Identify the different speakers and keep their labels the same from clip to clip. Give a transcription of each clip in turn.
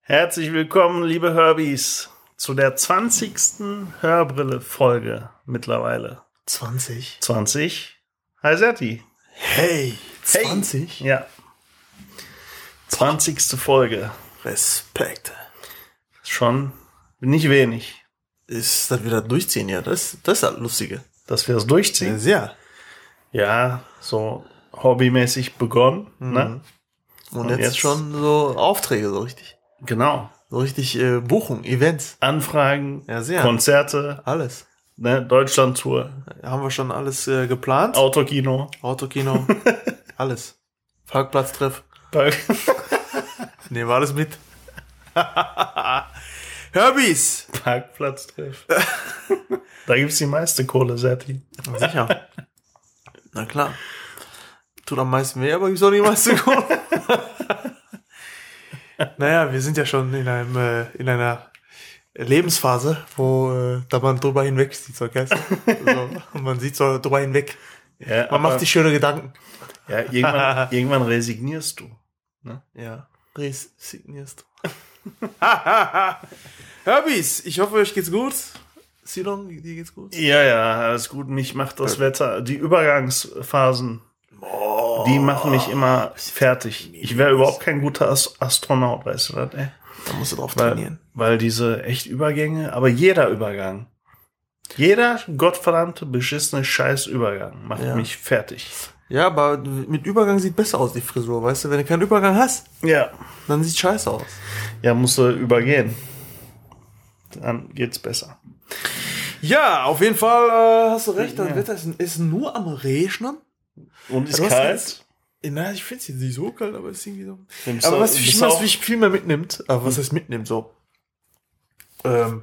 Speaker 1: Herzlich willkommen, liebe Herbies, zu der 20. Hörbrille-Folge mittlerweile.
Speaker 2: 20.
Speaker 1: 20. Hi, Serti.
Speaker 2: Hey, 20?
Speaker 1: Ja. 20. Folge.
Speaker 2: Respekt.
Speaker 1: Schon nicht wenig,
Speaker 2: Ist, dass wir das durchziehen, ja. Das, das ist das Lustige.
Speaker 1: dass wir das durchziehen.
Speaker 2: Ja.
Speaker 1: Ja, so hobbymäßig begonnen. Ne?
Speaker 2: Mhm. Und,
Speaker 1: Und
Speaker 2: jetzt,
Speaker 1: jetzt-
Speaker 2: schon so Aufträge, so richtig.
Speaker 1: Genau.
Speaker 2: So richtig äh, Buchung, Events.
Speaker 1: Anfragen,
Speaker 2: Ja, sehr.
Speaker 1: Konzerte,
Speaker 2: Alles.
Speaker 1: ne? Deutschland-Tour,
Speaker 2: Haben wir schon alles äh, geplant.
Speaker 1: Autokino.
Speaker 2: Autokino. alles. Parkplatztreff. Nehmen wir alles mit. Herbies!
Speaker 1: Parkplatz trifft. da gibt's die meiste Kohle, Serti.
Speaker 2: Sicher. Na klar. Tut am meisten weh, aber gibt's auch die meiste Kohle. naja, wir sind ja schon in einem, äh, in einer Lebensphase, wo äh, da man drüber hinweg sieht, so, gell? so, und man sieht so drüber hinweg.
Speaker 1: Ja,
Speaker 2: Man macht sich schöne Gedanken.
Speaker 1: ja, irgendwann, irgendwann resignierst du.
Speaker 2: Ja. Resignierst. Herbies, ich hoffe, euch geht's gut. Silon, dir geht's gut?
Speaker 1: Ja, ja, alles gut. Mich macht
Speaker 2: Äh.
Speaker 1: das Wetter, die Übergangsphasen,
Speaker 2: Boah.
Speaker 1: die machen mich immer fertig. Ich wäre überhaupt kein guter As Astronaut, weißt du das, ey?
Speaker 2: Da musst du drauf
Speaker 1: Weil, weil diese echt Übergänge, aber jeder Übergang, jeder gottverdammte beschissene Scheißübergang macht
Speaker 2: Ja.
Speaker 1: mich fertig.
Speaker 2: Ja, aber mit Übergang sieht besser aus, die Frisur, weißt du? Wenn du keinen Übergang hast,
Speaker 1: Ja.
Speaker 2: dann sieht scheiße aus.
Speaker 1: Ja, musst du übergehen. Dann geht's besser.
Speaker 2: Ja, auf jeden Fall äh, hast du recht, das Wetter ist, ist nur am Rechnen.
Speaker 1: Und ist
Speaker 2: Du hast
Speaker 1: kalt.
Speaker 2: jetzt- Na, ich finde es jetzt nicht so kalt, aber es ist Hm. irgendwie so.
Speaker 1: Nimmst
Speaker 2: Aber
Speaker 1: du-
Speaker 2: was mich,
Speaker 1: bist
Speaker 2: was
Speaker 1: auch-
Speaker 2: mich viel mehr mitnimmt, aber was heißt mitnimmt, so. Ähm,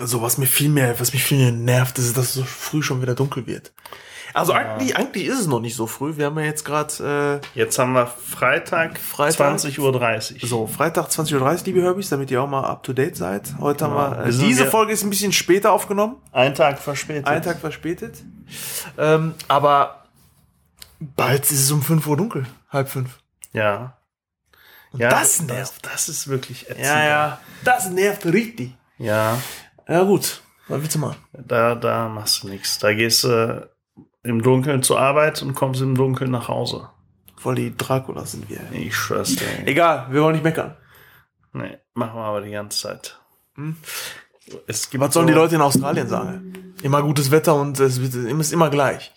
Speaker 2: also was mir viel mehr, was mich viel mehr nervt, ist, dass es so früh schon wieder dunkel wird. Also eigentlich, eigentlich ist es noch nicht so früh. Wir haben ja jetzt gerade äh,
Speaker 1: Jetzt haben wir Freitag,
Speaker 2: Freitag?
Speaker 1: 20.30 Uhr.
Speaker 2: So, Freitag 20.30 Uhr, liebe Herbys, damit ihr auch mal up to date seid. Heute haben wir,
Speaker 1: Genau. Wir
Speaker 2: äh,
Speaker 1: sind
Speaker 2: diese
Speaker 1: hier-
Speaker 2: Folge ist ein bisschen später aufgenommen,
Speaker 1: Ein Tag verspätet.
Speaker 2: einen Tag verspätet. Ähm, aber bald ist es um 5 Uhr dunkel, halb fünf.
Speaker 1: Ja.
Speaker 2: Und das nervt.
Speaker 1: Das, das ist wirklich ätzend.
Speaker 2: Das nervt richtig.
Speaker 1: Ja,
Speaker 2: Ja, gut. Was willst du machen?
Speaker 1: da, da machst du nichts. Da gehst du im Dunkeln zur Arbeit und kommst im Dunkeln nach Hause.
Speaker 2: Voll die Draculas sind wir.
Speaker 1: Ich schwör's dir. ey.
Speaker 2: Egal, wir wollen nicht meckern.
Speaker 1: Nee, machen wir aber die ganze Zeit. Es gibt
Speaker 2: Hm? Was sollen
Speaker 1: so-
Speaker 2: die Leute in Australien sagen? Immer gutes Wetter und es wird- es ist immer gleich.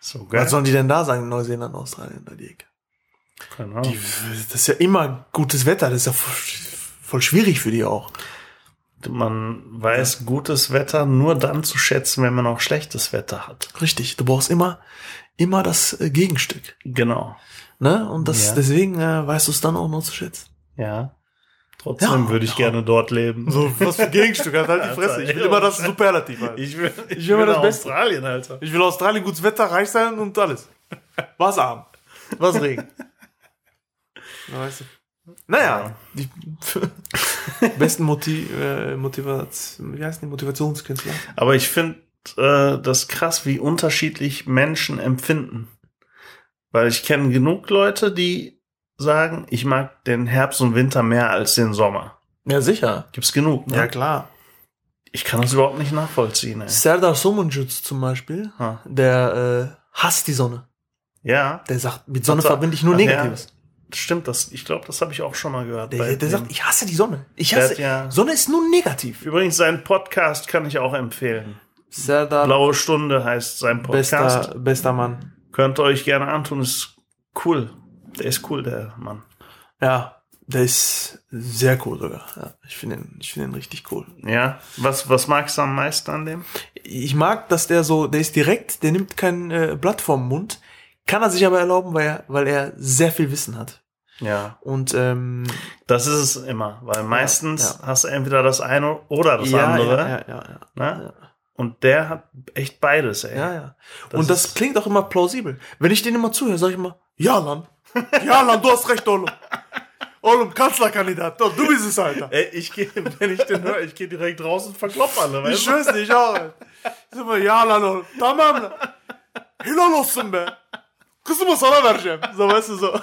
Speaker 1: So, gell?
Speaker 2: Was sollen die denn da sagen, in Neuseeland, Australien, da die Ecke?
Speaker 1: Keine
Speaker 2: Die,
Speaker 1: Ahnung.
Speaker 2: das ist ja immer gutes Wetter, das ist ja voll, voll schwierig für die auch.
Speaker 1: Man weiß gutes Wetter nur dann zu schätzen, wenn man auch schlechtes Wetter hat.
Speaker 2: Richtig, du brauchst immer, immer das äh, Gegenstück.
Speaker 1: Genau.
Speaker 2: Ne? Und das,
Speaker 1: Ja.
Speaker 2: deswegen äh, weißt du es dann auch noch zu schätzen.
Speaker 1: Ja. Trotzdem
Speaker 2: Ja,
Speaker 1: würde ich
Speaker 2: ja.
Speaker 1: gerne dort leben.
Speaker 2: So, was für Gegenstück, halt die
Speaker 1: Fresse. Ich will immer das
Speaker 2: Superlativ.
Speaker 1: Ich will, ich
Speaker 2: will
Speaker 1: will
Speaker 2: das
Speaker 1: nach
Speaker 2: Beste.
Speaker 1: Australien, Alter.
Speaker 2: Ich will Australien gutes Wetter, reich sein und alles. Was arm. Was Regen. Na, weißt du. Naja, die besten Motiv, äh, Motivation, wie heißen die Motivationskünstler?
Speaker 1: Aber ich finde äh, das krass, wie unterschiedlich Menschen empfinden. Weil ich kenne genug Leute, die sagen, ich mag den Herbst und Winter mehr als den Sommer.
Speaker 2: Ja, sicher.
Speaker 1: Gibt's genug, ne?
Speaker 2: Ja, klar.
Speaker 1: Ich kann das überhaupt nicht nachvollziehen, ey.
Speaker 2: Serdar Somunjuz zum Beispiel,
Speaker 1: Ha.
Speaker 2: der äh, hasst die Sonne.
Speaker 1: Ja,
Speaker 2: Der sagt, mit Sonne
Speaker 1: Ach so.
Speaker 2: verbinde ich nur
Speaker 1: Ach ja.
Speaker 2: Negatives.
Speaker 1: stimmt das. Ich glaube, das habe ich auch schon mal gehört. bei
Speaker 2: Der, der
Speaker 1: dem-
Speaker 2: sagt, ich hasse die Sonne. Ich
Speaker 1: Der
Speaker 2: hasse,
Speaker 1: hat ja-
Speaker 2: Sonne ist nur negativ.
Speaker 1: Übrigens, seinen Podcast kann ich auch empfehlen.
Speaker 2: Serdar,
Speaker 1: Blaue Stunde heißt sein Podcast.
Speaker 2: bester, bester Mann.
Speaker 1: Könnt ihr euch gerne antun, ist cool. Der ist cool, der Mann.
Speaker 2: Ja, der ist sehr cool sogar. Ja, ich finde ihn, ich finde ihn richtig cool.
Speaker 1: Ja, was, was magst du am meisten an dem?
Speaker 2: Ich mag, dass der so, der ist direkt, der nimmt kein äh, Blatt vom Mund, kann er sich aber erlauben, weil er, weil er sehr viel Wissen hat.
Speaker 1: Ja,
Speaker 2: Und ähm,
Speaker 1: das ist es immer, weil meistens
Speaker 2: ja.
Speaker 1: hast du entweder das eine oder das
Speaker 2: ja,
Speaker 1: andere.
Speaker 2: ja, ja, ja,
Speaker 1: Ne? Und der hat echt beides, ey.
Speaker 2: ja, ja, ja.
Speaker 1: Das
Speaker 2: Und das
Speaker 1: ist-
Speaker 2: klingt auch immer plausibel. Wenn ich den immer zuhöre, sage ich immer, ja, Lan, ja, Lan, du hast recht, Ollum. Ollum, Kanzlerkandidat, du bist es, Alter.
Speaker 1: Ey, ich gehe, wenn ich den höre, ich gehe direkt raus und verklopp alle,
Speaker 2: Ich
Speaker 1: weißt du?
Speaker 2: schwör's nicht, auch. ey. Ich sag mal, ya lan oğlum. Tamam lan. Helal olsun be. Kızımı sana vereceğim. So, weißt du, so.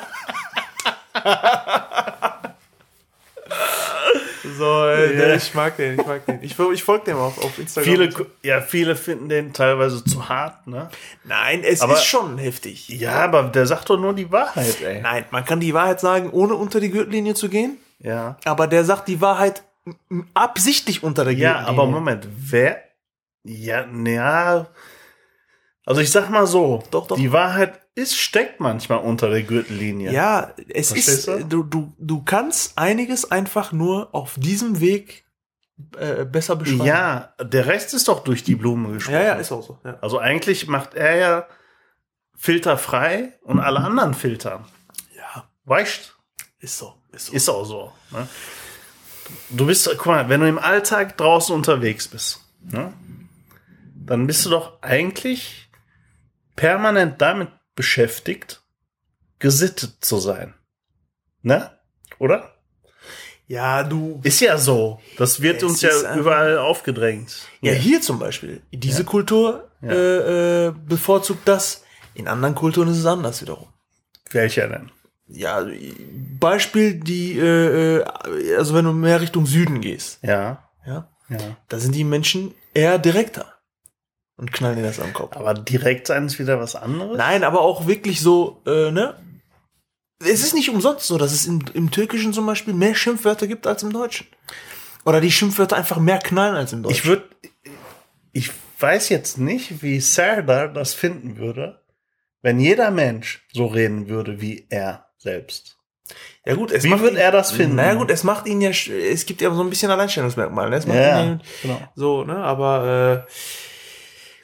Speaker 2: So, äh,
Speaker 1: Ja.
Speaker 2: der, ich mag den, ich mag den. Ich, fol- ich folge dem auch auf Instagram.
Speaker 1: Viele, ja, viele finden den teilweise zu hart, ne?
Speaker 2: Nein, es
Speaker 1: Aber-
Speaker 2: ist schon heftig.
Speaker 1: Ja, aber der sagt doch nur die Wahrheit, ey.
Speaker 2: Nein, man kann die Wahrheit sagen, ohne unter die Gürtellinie zu gehen,
Speaker 1: Ja.
Speaker 2: aber der sagt die Wahrheit m- m- absichtlich unter der
Speaker 1: Ja,
Speaker 2: Gürtellinie.
Speaker 1: aber Moment, wer? Ja, naja. Also ich sag mal so,
Speaker 2: Doch, doch.
Speaker 1: die Wahrheit ist, steckt manchmal unter der Gürtellinie.
Speaker 2: Ja, es
Speaker 1: Verstehst
Speaker 2: ist, äh, du, du, du kannst einiges einfach nur auf diesem Weg äh, besser beschreiben.
Speaker 1: Ja, der Rest ist doch durch die Blume gesprochen.
Speaker 2: ja, ja, ist auch so. Ja.
Speaker 1: also eigentlich macht er ja filterfrei und alle anderen filtern.
Speaker 2: ja,
Speaker 1: Weißt?
Speaker 2: ist so. Ist so.
Speaker 1: Ist auch so. Ne? Du bist, guck mal, wenn du im Alltag draußen unterwegs bist, ne? dann bist du doch eigentlich permanent damit beschäftigt, gesittet zu sein. Ne? Oder?
Speaker 2: ja, du.
Speaker 1: Ist ja so. Das wird
Speaker 2: Es
Speaker 1: uns ja
Speaker 2: ist einfach-
Speaker 1: überall aufgedrängt.
Speaker 2: Ja, hier zum Beispiel. Diese Kultur
Speaker 1: Ja.
Speaker 2: Äh, äh, bevorzugt das. In anderen Kulturen ist es anders wiederum.
Speaker 1: Welcher denn?
Speaker 2: Ja, Beispiel die, äh, äh, also wenn du mehr Richtung Süden gehst,
Speaker 1: Ja.
Speaker 2: ja,
Speaker 1: ja.
Speaker 2: da sind die Menschen eher direkter und knallen dir das am Kopf.
Speaker 1: Aber direkt sein ist wieder was anderes?
Speaker 2: Nein, aber auch wirklich so, äh, ne? Es ist nicht umsonst so, dass es im, im Türkischen zum Beispiel mehr Schimpfwörter gibt als im Deutschen. Oder die Schimpfwörter einfach mehr knallen als im Deutschen.
Speaker 1: Ich würde, ich weiß jetzt nicht, wie Serdar das finden würde, wenn jeder Mensch so reden würde wie er selbst.
Speaker 2: ja gut, es
Speaker 1: Wie
Speaker 2: macht
Speaker 1: wird
Speaker 2: ihn-
Speaker 1: er das finden?
Speaker 2: Na ja, gut, es macht ihn ja, sch- es gibt ja so ein bisschen Alleinstellungsmerkmal. Ne? Es macht ihn ja
Speaker 1: genau.
Speaker 2: so, ne? Aber äh,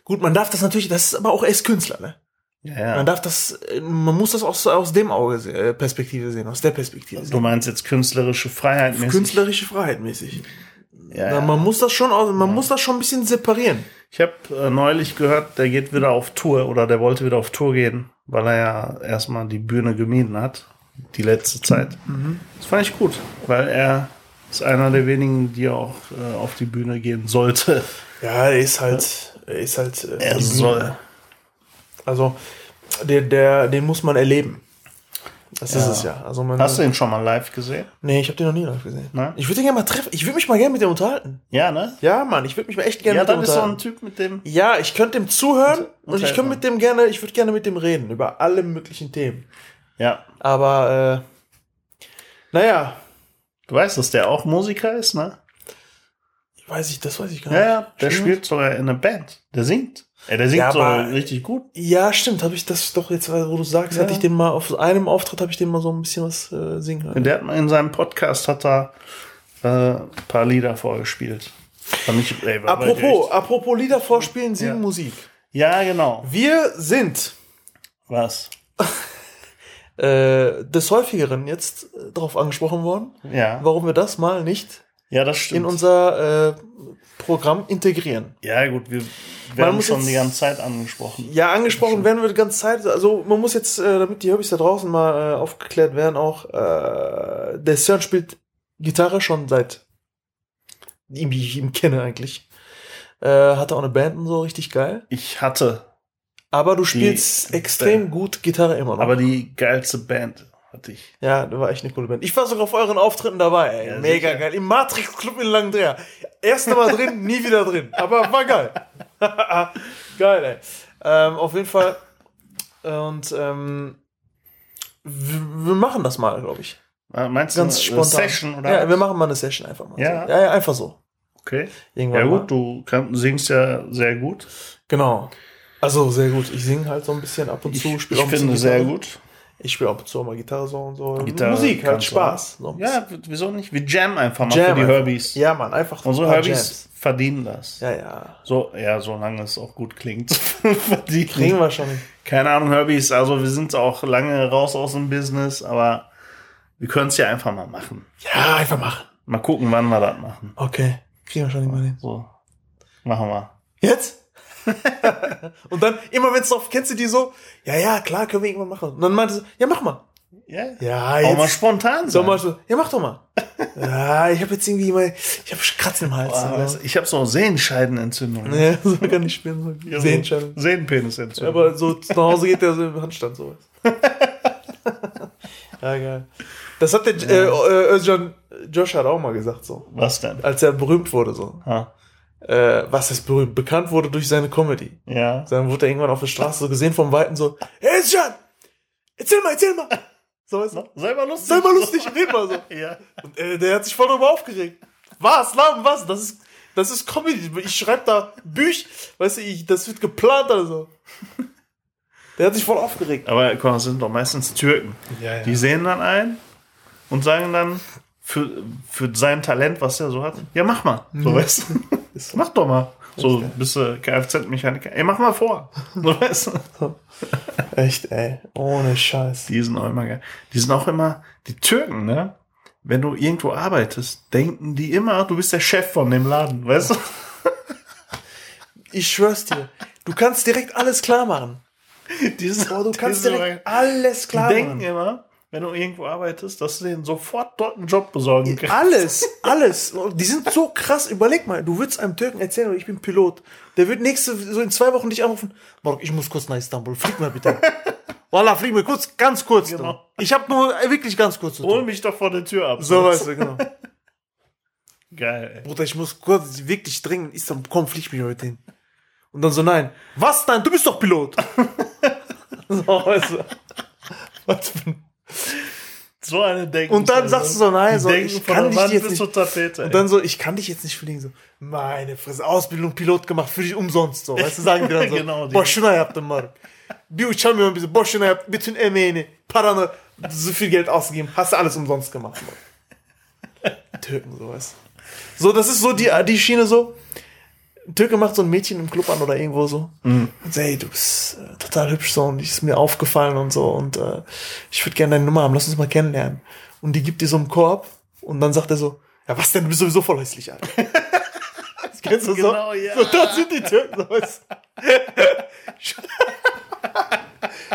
Speaker 2: gut, man darf das natürlich, das ist aber auch erst Künstler, ne?
Speaker 1: Ja,
Speaker 2: Man
Speaker 1: ja.
Speaker 2: darf das, äh, man muss das auch so aus dem Auge, se- äh, Perspektive sehen, aus der Perspektive
Speaker 1: Du
Speaker 2: sehen.
Speaker 1: meinst jetzt künstlerische Freiheit? mäßig?
Speaker 2: Künstlerische Freiheit mäßig.
Speaker 1: Ja,
Speaker 2: Na,
Speaker 1: ja.
Speaker 2: Man muss das schon, aus- man muss das schon ein bisschen separieren.
Speaker 1: Ich habe äh, neulich gehört, der geht wieder auf Tour oder der wollte wieder auf Tour gehen, weil er ja erstmal die Bühne gemieden hat, die letzte Zeit.
Speaker 2: Mhm.
Speaker 1: Das fand ich gut, weil er ist einer der wenigen, die auch äh, auf die Bühne gehen sollte.
Speaker 2: Ja, er ist halt, er ist halt, äh,
Speaker 1: Er
Speaker 2: die
Speaker 1: soll.
Speaker 2: Bühne. Also, der, der, den muss man erleben. Das ist
Speaker 1: Ja.
Speaker 2: es ja. Also man,
Speaker 1: Hast du ihn schon mal live gesehen?
Speaker 2: Nee, ich habe den noch nie live gesehen.
Speaker 1: Nein?
Speaker 2: Ich würde den gerne mal treffen. Ich würde mich mal gerne mit dem unterhalten.
Speaker 1: Ja, ne?
Speaker 2: Ja, Mann, ich würde mich mal echt gerne
Speaker 1: Ja,
Speaker 2: mit dem
Speaker 1: dann ist so ein
Speaker 2: unterhalten.
Speaker 1: Typ mit dem.
Speaker 2: ja, ich könnte dem zuhören und ich
Speaker 1: unterhalten.
Speaker 2: könnte mit dem gerne, ich würde gerne mit dem reden über alle möglichen Themen.
Speaker 1: Ja.
Speaker 2: Aber äh, naja,
Speaker 1: Du weißt, dass der auch Musiker ist, ne?
Speaker 2: weiß ich, das weiß ich gar
Speaker 1: Ja,
Speaker 2: nicht.
Speaker 1: ja. Der
Speaker 2: Stimmt.
Speaker 1: spielt sogar in einer Band. Der singt. Ja, der singt
Speaker 2: Ja,
Speaker 1: sogar
Speaker 2: aber-
Speaker 1: richtig gut.
Speaker 2: Ja, stimmt, habe ich das doch jetzt, wo du sagst,
Speaker 1: Ja.
Speaker 2: hatte ich den mal auf einem Auftritt, habe ich den mal so ein bisschen was äh, singen hören.
Speaker 1: Der hat mal in seinem Podcast hat er äh, ein paar Lieder vorgespielt. Fand ich, ey, war bei dir
Speaker 2: Apropos,
Speaker 1: echt-
Speaker 2: apropos Lieder vorspielen, singen
Speaker 1: Ja.
Speaker 2: Musik.
Speaker 1: Ja, genau.
Speaker 2: Wir sind
Speaker 1: Was?
Speaker 2: äh, des häufigeren jetzt äh, darauf angesprochen worden,
Speaker 1: Ja.
Speaker 2: warum wir das mal nicht
Speaker 1: Ja, das
Speaker 2: in
Speaker 1: stimmt.
Speaker 2: unser äh, Programm integrieren.
Speaker 1: ja, gut, wir werden
Speaker 2: muss
Speaker 1: schon
Speaker 2: jetzt-
Speaker 1: die ganze Zeit angesprochen.
Speaker 2: Ja, angesprochen werden wir die ganze Zeit. Also man muss jetzt, äh, damit die Hobbys da draußen mal äh, aufgeklärt werden, auch äh, der Cern spielt Gitarre schon seit ihm, die ich ihn kenne eigentlich. Äh, hatte auch eine Band und so, richtig geil.
Speaker 1: Ich hatte
Speaker 2: Aber du spielst extrem gut Gitarre immer noch.
Speaker 1: aber die geilste Band, hatte ich.
Speaker 2: ja, da war echt eine coole Band. Ich war sogar auf euren Auftritten dabei, ey.
Speaker 1: Ja,
Speaker 2: Mega
Speaker 1: sicher.
Speaker 2: geil. Im Matrix Club in Langendreher. Erste Mal drin, nie wieder drin. Aber war geil. geil, ey. Ähm, auf jeden Fall. Und ähm, wir, wir machen das mal, glaube ich.
Speaker 1: Äh, Meinst du
Speaker 2: Ganz
Speaker 1: eine
Speaker 2: spontan.
Speaker 1: Session oder?
Speaker 2: ja,
Speaker 1: was?
Speaker 2: wir machen mal eine Session einfach mal.
Speaker 1: Ja.
Speaker 2: So. ja, ja einfach so.
Speaker 1: okay.
Speaker 2: Irgendwann
Speaker 1: Ja
Speaker 2: Mal.
Speaker 1: gut, du kann, singst ja sehr gut.
Speaker 2: Genau. Also sehr gut. Ich singe halt so ein bisschen ab und
Speaker 1: Ich,
Speaker 2: zu.
Speaker 1: ich
Speaker 2: spiel auch ein bisschen
Speaker 1: finde sehr
Speaker 2: Gitarre.
Speaker 1: gut.
Speaker 2: Ich spiele ab und zu auch mal Gitarre so und so.
Speaker 1: Gitarre
Speaker 2: Musik, halt
Speaker 1: kannst du
Speaker 2: Spaß. So ein bisschen.
Speaker 1: Ja, w- wieso nicht? Wir jammen einfach mal
Speaker 2: Jam
Speaker 1: für die
Speaker 2: einfach.
Speaker 1: Herbies.
Speaker 2: ja, Mann, einfach
Speaker 1: Unsere
Speaker 2: ein paar
Speaker 1: Herbies
Speaker 2: Jams.
Speaker 1: verdienen das.
Speaker 2: Ja, ja.
Speaker 1: So, ja, solange es auch gut klingt. verdienen.
Speaker 2: Kriegen wir schon.
Speaker 1: Keine Ahnung, Herbies, also wir sind auch lange raus aus dem Business, aber wir können es ja einfach mal machen.
Speaker 2: Ja, einfach machen.
Speaker 1: Mal gucken, wann wir das machen.
Speaker 2: Okay. Kriegen wir schon immer hin.
Speaker 1: So, machen wir.
Speaker 2: Jetzt? und dann, immer wenn es noch, kennst du die so? Ja, ja, klar, können wir irgendwann machen. Und dann meinte sie, ja, mach mal.
Speaker 1: Ja,
Speaker 2: Ja,
Speaker 1: auch mal
Speaker 2: jetzt.
Speaker 1: spontan
Speaker 2: So,
Speaker 1: sein.
Speaker 2: mal so, ja, mach doch mal. ja, ich habe jetzt irgendwie mal, ich habe Kratzen im Hals.
Speaker 1: Boah,
Speaker 2: Also.
Speaker 1: weißt du, ich habe so Sehenscheidenentzündung.
Speaker 2: Ja, so kann ich spielen. So.
Speaker 1: Ja, so
Speaker 2: Sehen schon.
Speaker 1: Sehnenpenisentzündung.
Speaker 2: Aber so zu Hause geht der so im Handstand sowas. ja, geil. Das hat der äh, äh, Özcan Josh hat auch mal gesagt so,
Speaker 1: Was denn?
Speaker 2: als er berühmt wurde so.
Speaker 1: Ha.
Speaker 2: Äh, was ist berühmt? Bekannt wurde durch seine Comedy.
Speaker 1: Ja.
Speaker 2: Dann wurde er irgendwann auf der Straße so gesehen vom Weiten so, hey Özcan, erzähl mal, erzähl mal. So weißt du?
Speaker 1: Sei mal lustig.
Speaker 2: Sei mal lustig, red mal so.
Speaker 1: Ja.
Speaker 2: Und, äh, der hat sich voll darüber aufgeregt. Was, Laben, was? Das ist, das ist Comedy. Ich schreibe da Bücher, weißt du, ich, das wird geplant oder so. Der hat sich voll aufgeregt.
Speaker 1: Aber guck mal, das sind doch meistens Türken.
Speaker 2: Ja, ja.
Speaker 1: Die sehen dann ein und sagen dann für, für sein Talent, was er so hat, ja, mach mal. So weißt du. Mach doch mal. So bist du Kfz-Mechaniker. Ey, mach mal vor. So weißt du.
Speaker 2: Echt, ey. Ohne Scheiß.
Speaker 1: Die sind auch immer geil. Die sind auch immer, die Türken, ne? Wenn du irgendwo arbeitest, denken die immer, du bist der Chef von dem Laden, weißt du?
Speaker 2: Ich schwör's dir, du kannst direkt alles klar machen.
Speaker 1: Die sind,
Speaker 2: Boah, du
Speaker 1: die
Speaker 2: kannst
Speaker 1: sind
Speaker 2: direkt alles
Speaker 1: Die
Speaker 2: klar
Speaker 1: denken
Speaker 2: machen.
Speaker 1: immer, wenn du irgendwo arbeitest, dass du denen sofort dort einen Job besorgen kannst.
Speaker 2: Alles, alles. Die sind so krass. Überleg mal, du würdest einem Türken erzählen, ich bin Pilot. Der wird nächste, so in zwei Wochen dich anrufen. Mark, ich muss kurz nach Istanbul. Flieg mal bitte. Wallah, flieg mal kurz, ganz kurz.
Speaker 1: Genau.
Speaker 2: Genau. Ich habe nur wirklich ganz kurz zu
Speaker 1: Hol
Speaker 2: tun.
Speaker 1: mich doch vor der Tür ab.
Speaker 2: So weißt du, genau.
Speaker 1: Geil. ey.
Speaker 2: Bruder, ich muss kurz wirklich dringend in Istanbul. Komm, flieg mich heute hin. Und dann so, nein. Was nein? Du bist doch Pilot. so, weißt du. Was für ein
Speaker 1: So eine Denken.
Speaker 2: Und dann sagst du so, nein, so,
Speaker 1: Denken
Speaker 2: ich
Speaker 1: von oh
Speaker 2: kann
Speaker 1: der
Speaker 2: dich
Speaker 1: Wand
Speaker 2: jetzt
Speaker 1: bis
Speaker 2: nicht-
Speaker 1: zur Tapete.
Speaker 2: Und
Speaker 1: ey.
Speaker 2: dann so, ich kann dich jetzt nicht verlegen, so, meine Fresse, Ausbildung, Pilot gemacht, für dich umsonst, so, weißt du, sagen die dann so,
Speaker 1: Genau, die-
Speaker 2: boşuna yaptım Mark. Bir uçamıyorum bizi, boşuna yap, bütün emeğini, paranı, so viel Geld ausgegeben, hast du alles umsonst gemacht, Mark. Türken, sowas. So, das ist so die, die Schiene so, Türke macht so ein Mädchen im Club an oder irgendwo so.
Speaker 1: Mhm.
Speaker 2: Und sagt, hey, du bist äh, total hübsch so und ich ist mir aufgefallen und so und äh, ich würde gerne deine Nummer haben, lass uns mal kennenlernen. Und die gibt dir so einen Korb und dann sagt er so, ja was denn, du bist sowieso voll hässlich, Alter. Das kennst du
Speaker 1: Genau,
Speaker 2: so?
Speaker 1: ja.
Speaker 2: So, das sind die Türken. So weißt du.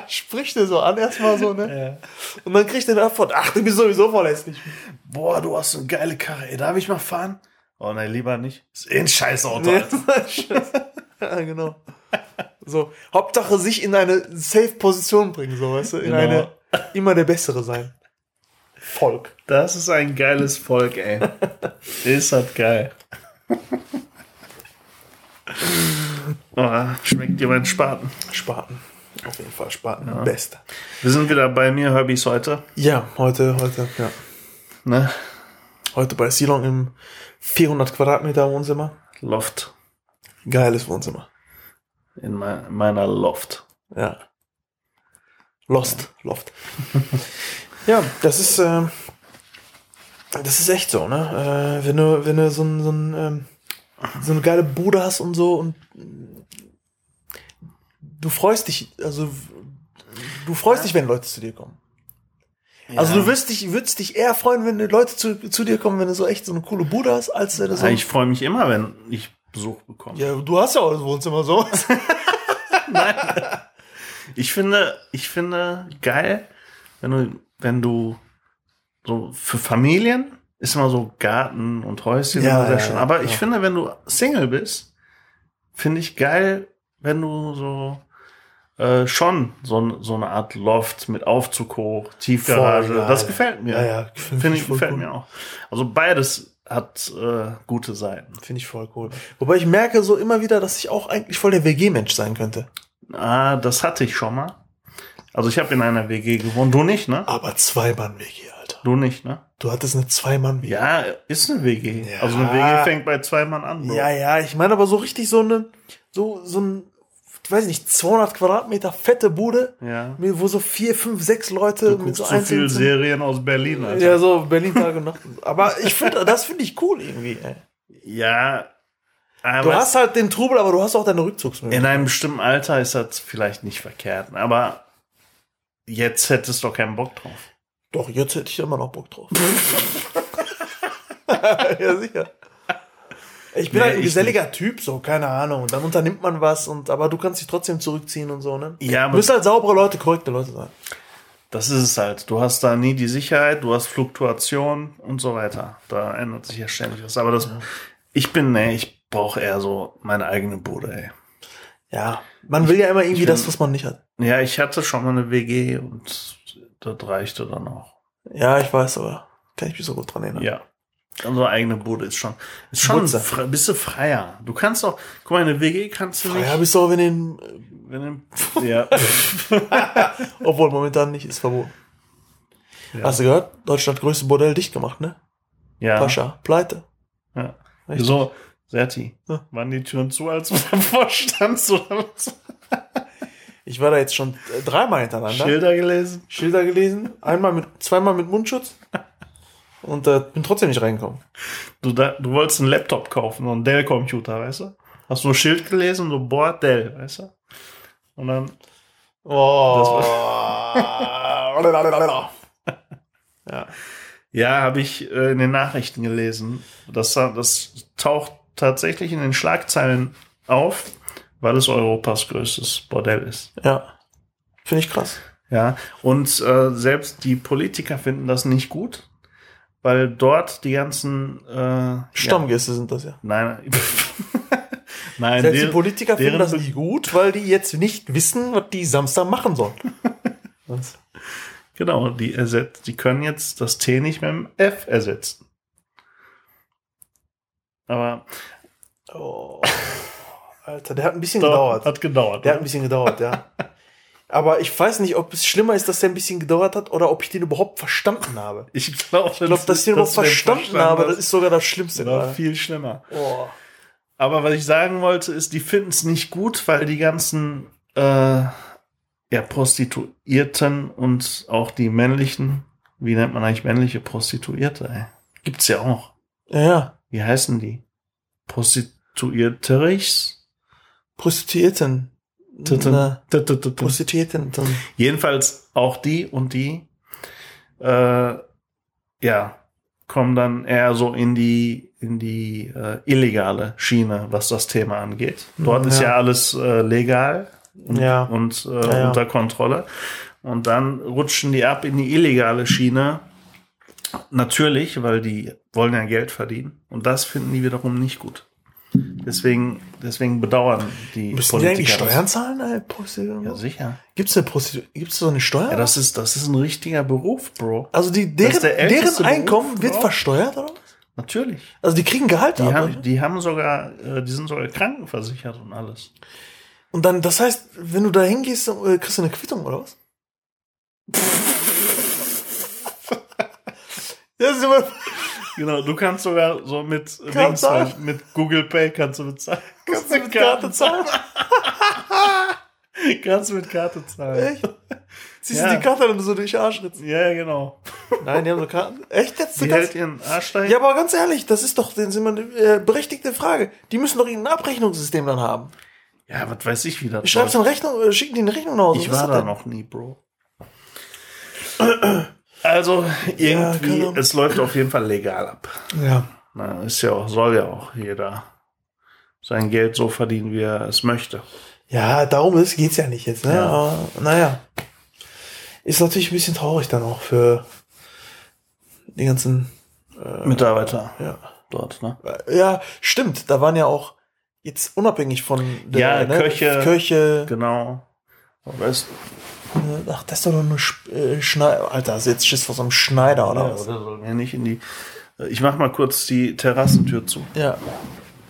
Speaker 2: Sprich dir so an erstmal so, ne?
Speaker 1: Ja.
Speaker 2: Und dann kriegt er eine Antwort, ach, du bist sowieso voll hässlich.
Speaker 1: Boah, du hast so eine geile Karre. Ey, darf ich mal fahren? Oh nein, lieber nicht. Ist eh ein scheiß Auto.
Speaker 2: Ja,
Speaker 1: Alter.
Speaker 2: ja, genau. So, Hauptsache sich in eine safe Position bringen, so, weißt du? In
Speaker 1: Genau.
Speaker 2: eine immer der Bessere sein. Volk.
Speaker 1: Das ist ein geiles Volk, ey. ist halt geil. oh, schmeckt dir mein Spaten.
Speaker 2: Spaten. Auf jeden Fall Spaten. Beste.
Speaker 1: Wir sind wieder bei mir, Herbies, heute.
Speaker 2: Ja, heute, heute, ja.
Speaker 1: Ne?
Speaker 2: Heute bei Silon im 400 Quadratmeter Wohnzimmer.
Speaker 1: Loft.
Speaker 2: Geiles Wohnzimmer.
Speaker 1: In mei- meiner Loft.
Speaker 2: Ja. Lost. Loft. ja, das ist, ähm, das ist echt so, ne? Äh, wenn du, wenn du so, ein, so, ein, ähm, so eine geile Bude hast und so und mm, du freust dich, also du freust dich, wenn Leute zu dir kommen. Also du wirst dich, würdest dich eher freuen, wenn die Leute zu, zu dir kommen, wenn du so echt so eine coole Bude hast, als wenn du so.
Speaker 1: Ja, ich freue mich immer, wenn ich Besuch bekomme.
Speaker 2: ja, du hast ja auch das Wohnzimmer so.
Speaker 1: Ich finde, ich finde geil, wenn du, wenn du so für Familien ist immer so Garten und Häuschen
Speaker 2: Ja,
Speaker 1: immer sehr
Speaker 2: ja,
Speaker 1: schön.
Speaker 2: ja,
Speaker 1: Aber ich
Speaker 2: ja.
Speaker 1: finde, wenn du Single bist, finde ich geil, wenn du so äh, schon so, n- so eine Art Loft mit Aufzug hoch, Tiefgarage.
Speaker 2: Voll geil.
Speaker 1: das gefällt mir.
Speaker 2: Ja, ja,
Speaker 1: Finde ich,
Speaker 2: voll
Speaker 1: gefällt
Speaker 2: cool.
Speaker 1: mir auch. Also beides hat äh, gute Seiten.
Speaker 2: Finde ich voll cool. Wobei ich merke so immer wieder, dass ich auch eigentlich voll der WG-Mensch sein könnte.
Speaker 1: Ah, das hatte ich schon mal. Also ich habe in einer WG gewohnt. Du nicht, ne?
Speaker 2: Aber Zwei-Mann-WG, Alter.
Speaker 1: Du nicht, ne?
Speaker 2: Du hattest eine Zwei-Mann-WG.
Speaker 1: Ja, ist eine WG.
Speaker 2: Ja.
Speaker 1: Also eine WG fängt bei zwei Mann an. Bro.
Speaker 2: Ja, ja, ich meine aber so richtig so eine, so, so ein, ich weiß nicht, 200 Quadratmeter fette Bude,
Speaker 1: ja.
Speaker 2: mit- wo so vier, fünf, sechs Leute
Speaker 1: Du guckst so
Speaker 2: einzelnen
Speaker 1: viel
Speaker 2: Zimmern-
Speaker 1: Serien aus Berlin. Alter.
Speaker 2: Ja, so Berlin Tag und Nacht. Aber ich finde, das finde ich cool irgendwie, ey.
Speaker 1: ja.
Speaker 2: Du
Speaker 1: Aber
Speaker 2: hast halt den Trubel, aber du hast auch deine Rückzugsmöglichkeit.
Speaker 1: in einem bestimmten Alter ist das vielleicht nicht verkehrt. ne? Aber jetzt hättest du doch keinen Bock drauf.
Speaker 2: Doch, jetzt hätte ich immer noch Bock drauf. ja, sicher. Ich
Speaker 1: Nee,
Speaker 2: bin halt ein
Speaker 1: ich
Speaker 2: geselliger Typ, so, keine Ahnung. Und dann unternimmt man was, und, aber du kannst dich trotzdem zurückziehen und so, ne?
Speaker 1: Ja,
Speaker 2: Du
Speaker 1: aber
Speaker 2: müssen halt saubere Leute, korrekte Leute sein.
Speaker 1: das ist es halt. Du hast da nie die Sicherheit, du hast Fluktuation und so weiter. Da ändert sich ja ständig was. Aber das, ich bin, nee, ich brauche eher so meine eigene Bude, ey.
Speaker 2: Ja. Man will ja immer irgendwie das, was man nicht hat.
Speaker 1: Ja, ich hatte schon mal eine WG und das reichte dann auch.
Speaker 2: Ja, ich weiß, aber kann ich mich so gut dran erinnern.
Speaker 1: Ja. Unsere eigene Bude ist schon. Ist schon
Speaker 2: Butze.
Speaker 1: fre bist du freier. Du kannst doch. Guck mal, eine WG kannst du
Speaker 2: Frei
Speaker 1: nicht.
Speaker 2: habe ich so, wenn den.
Speaker 1: Wenn du, ja.
Speaker 2: Obwohl momentan nicht, ist verboten.
Speaker 1: Ja.
Speaker 2: Hast du gehört? Deutschland größte Bordell dicht gemacht, ne?
Speaker 1: ja.
Speaker 2: Pascha, pleite.
Speaker 1: Ja.
Speaker 2: Richtig.
Speaker 1: So, Serti,
Speaker 2: Ja.
Speaker 1: waren die Türen zu, als du davor standst oder was?
Speaker 2: Ich war da jetzt schon äh, dreimal hintereinander.
Speaker 1: Schilder gelesen?
Speaker 2: Schilder gelesen, einmal mit, zweimal mit Mundschutz und äh, bin trotzdem nicht reingekommen.
Speaker 1: Du, da, du wolltest einen Laptop kaufen, so einen Dell-Computer, weißt du? Hast du ein Schild gelesen, so, boah, Dell, weißt du? Und dann,
Speaker 2: Oh. ja.
Speaker 1: ja, habe ich äh, in den Nachrichten gelesen. Das, das taucht tatsächlich in den Schlagzeilen auf, weil es Europas größtes Bordell ist.
Speaker 2: ja. Finde ich krass.
Speaker 1: Ja, und äh, selbst die Politiker finden das nicht gut, weil dort die ganzen äh, Ja,
Speaker 2: Stammgäste sind das ja.
Speaker 1: nein, nein,
Speaker 2: Selbst die
Speaker 1: der,
Speaker 2: Politiker finden
Speaker 1: deren
Speaker 2: das
Speaker 1: Be-
Speaker 2: nicht gut, weil die jetzt nicht wissen, was die Samstag machen sollen. Das-
Speaker 1: genau, die ersetzt, die können jetzt das T nicht mit dem F ersetzen. Aber
Speaker 2: Oh. Alter, der hat ein bisschen
Speaker 1: dauert.
Speaker 2: gedauert.
Speaker 1: hat gedauert.
Speaker 2: Der hat
Speaker 1: Ja,
Speaker 2: ein bisschen gedauert, ja. Aber ich weiß nicht, ob es schlimmer ist, dass der ein bisschen gedauert hat oder ob ich den überhaupt verstanden habe.
Speaker 1: ich glaube,
Speaker 2: Ich glaube, dass ich den überhaupt verstanden, habe, das ist sogar das Schlimmste.
Speaker 1: noch
Speaker 2: gerade.
Speaker 1: genau viel schlimmer.
Speaker 2: Oh.
Speaker 1: Aber was ich sagen wollte, ist, die finden es nicht gut, weil die ganzen äh, ja, Prostituierten und auch die männlichen, wie nennt man eigentlich männliche Prostituierte? Ey? Gibt's ja auch.
Speaker 2: Ja, ja.
Speaker 1: Wie heißen die? Prostituierterichs?
Speaker 2: Prostituierten.
Speaker 1: Titten.
Speaker 2: Na,
Speaker 1: Tut, tut, tut, tut.
Speaker 2: Prostituierten. Dann.
Speaker 1: Jedenfalls auch die und die, äh, ja, kommen dann eher so in die in die äh, illegale Schiene, was das Thema angeht. Dort
Speaker 2: Ja.
Speaker 1: ist ja alles äh, legal und,
Speaker 2: Ja.
Speaker 1: und äh,
Speaker 2: Ja, ja.
Speaker 1: unter Kontrolle. Und dann rutschen die ab in die illegale Schiene. Natürlich, weil die wollen ja Geld verdienen. Und das finden die wiederum nicht gut. Deswegen, deswegen bedauern die
Speaker 2: Müssen die eigentlich
Speaker 1: das.
Speaker 2: Steuern zahlen? Ey, Prostitu-
Speaker 1: Ja, sicher.
Speaker 2: Gibt's eine Prostitu Gibt's so eine Steuer?
Speaker 1: Ja, das ist, das ist ein richtiger Beruf, Bro.
Speaker 2: also die,
Speaker 1: das
Speaker 2: deren,
Speaker 1: ist der älteste
Speaker 2: deren
Speaker 1: Beruf
Speaker 2: Einkommen wird
Speaker 1: überhaupt.
Speaker 2: versteuert, oder? was?
Speaker 1: Natürlich.
Speaker 2: Also die kriegen Gehalt
Speaker 1: Die
Speaker 2: ab,
Speaker 1: haben,
Speaker 2: oder?
Speaker 1: die haben sogar, äh, die sind sogar krankenversichert und alles.
Speaker 2: Und dann, das heißt, wenn du da hingehst, dann, äh, kriegst du eine Quittung, oder was? das ist immer,
Speaker 1: Genau, du kannst sogar so mit,
Speaker 2: Kann
Speaker 1: Dings,
Speaker 2: sein.
Speaker 1: halt, mit Google Pay kannst du bezahlen.
Speaker 2: kannst du mit Karte zahlen?
Speaker 1: Kannst du mit Karte zahlen.
Speaker 2: Echt? Ziehst
Speaker 1: Ja.
Speaker 2: du die Karte dann so durch den Arsch ritzt?
Speaker 1: Ja, ja, genau.
Speaker 2: Nein, die haben so Karten. Echt jetzt? Du
Speaker 1: Die
Speaker 2: kannst-
Speaker 1: hält ihren Arsch dahin.
Speaker 2: Ja, aber ganz ehrlich, das ist doch sind immer eine äh, berechtigte Frage. Die müssen doch irgendein Abrechnungssystem dann haben.
Speaker 1: Ja, was weiß ich, wie das
Speaker 2: Schreibst du
Speaker 1: läuft.
Speaker 2: eine Rechnung, äh, schicken die eine Rechnung nach Hause.
Speaker 1: Ich
Speaker 2: Was
Speaker 1: war
Speaker 2: ist
Speaker 1: da
Speaker 2: das
Speaker 1: noch nie, Bro. Also, irgendwie,
Speaker 2: keine Ahnung.
Speaker 1: es läuft auf jeden Fall legal ab.
Speaker 2: denn? Ja.
Speaker 1: Na, ist ja auch, soll ja auch jeder sein Geld so verdienen, wie er es möchte.
Speaker 2: Ja, darum ist, geht's ja nicht jetzt, ne?
Speaker 1: Ja.
Speaker 2: Aber, naja. Ist natürlich ein bisschen traurig dann auch für die ganzen,
Speaker 1: Äh, Mitarbeiter
Speaker 2: ja.
Speaker 1: dort, ne?
Speaker 2: Ja, stimmt. Da waren ja auch jetzt unabhängig von ne,
Speaker 1: Ja, Köche.
Speaker 2: Köche.
Speaker 1: Genau. Oder ist, Genau.
Speaker 2: äh, Ach, das ist doch nur eine Sch äh, Schneider. Alter, hast du jetzt Schiss vor so einem Schneider oder
Speaker 1: ja,
Speaker 2: was?
Speaker 1: oder sollen wir nicht in die. äh, Ich mach mal kurz die Terrassentür zu.
Speaker 2: Ja.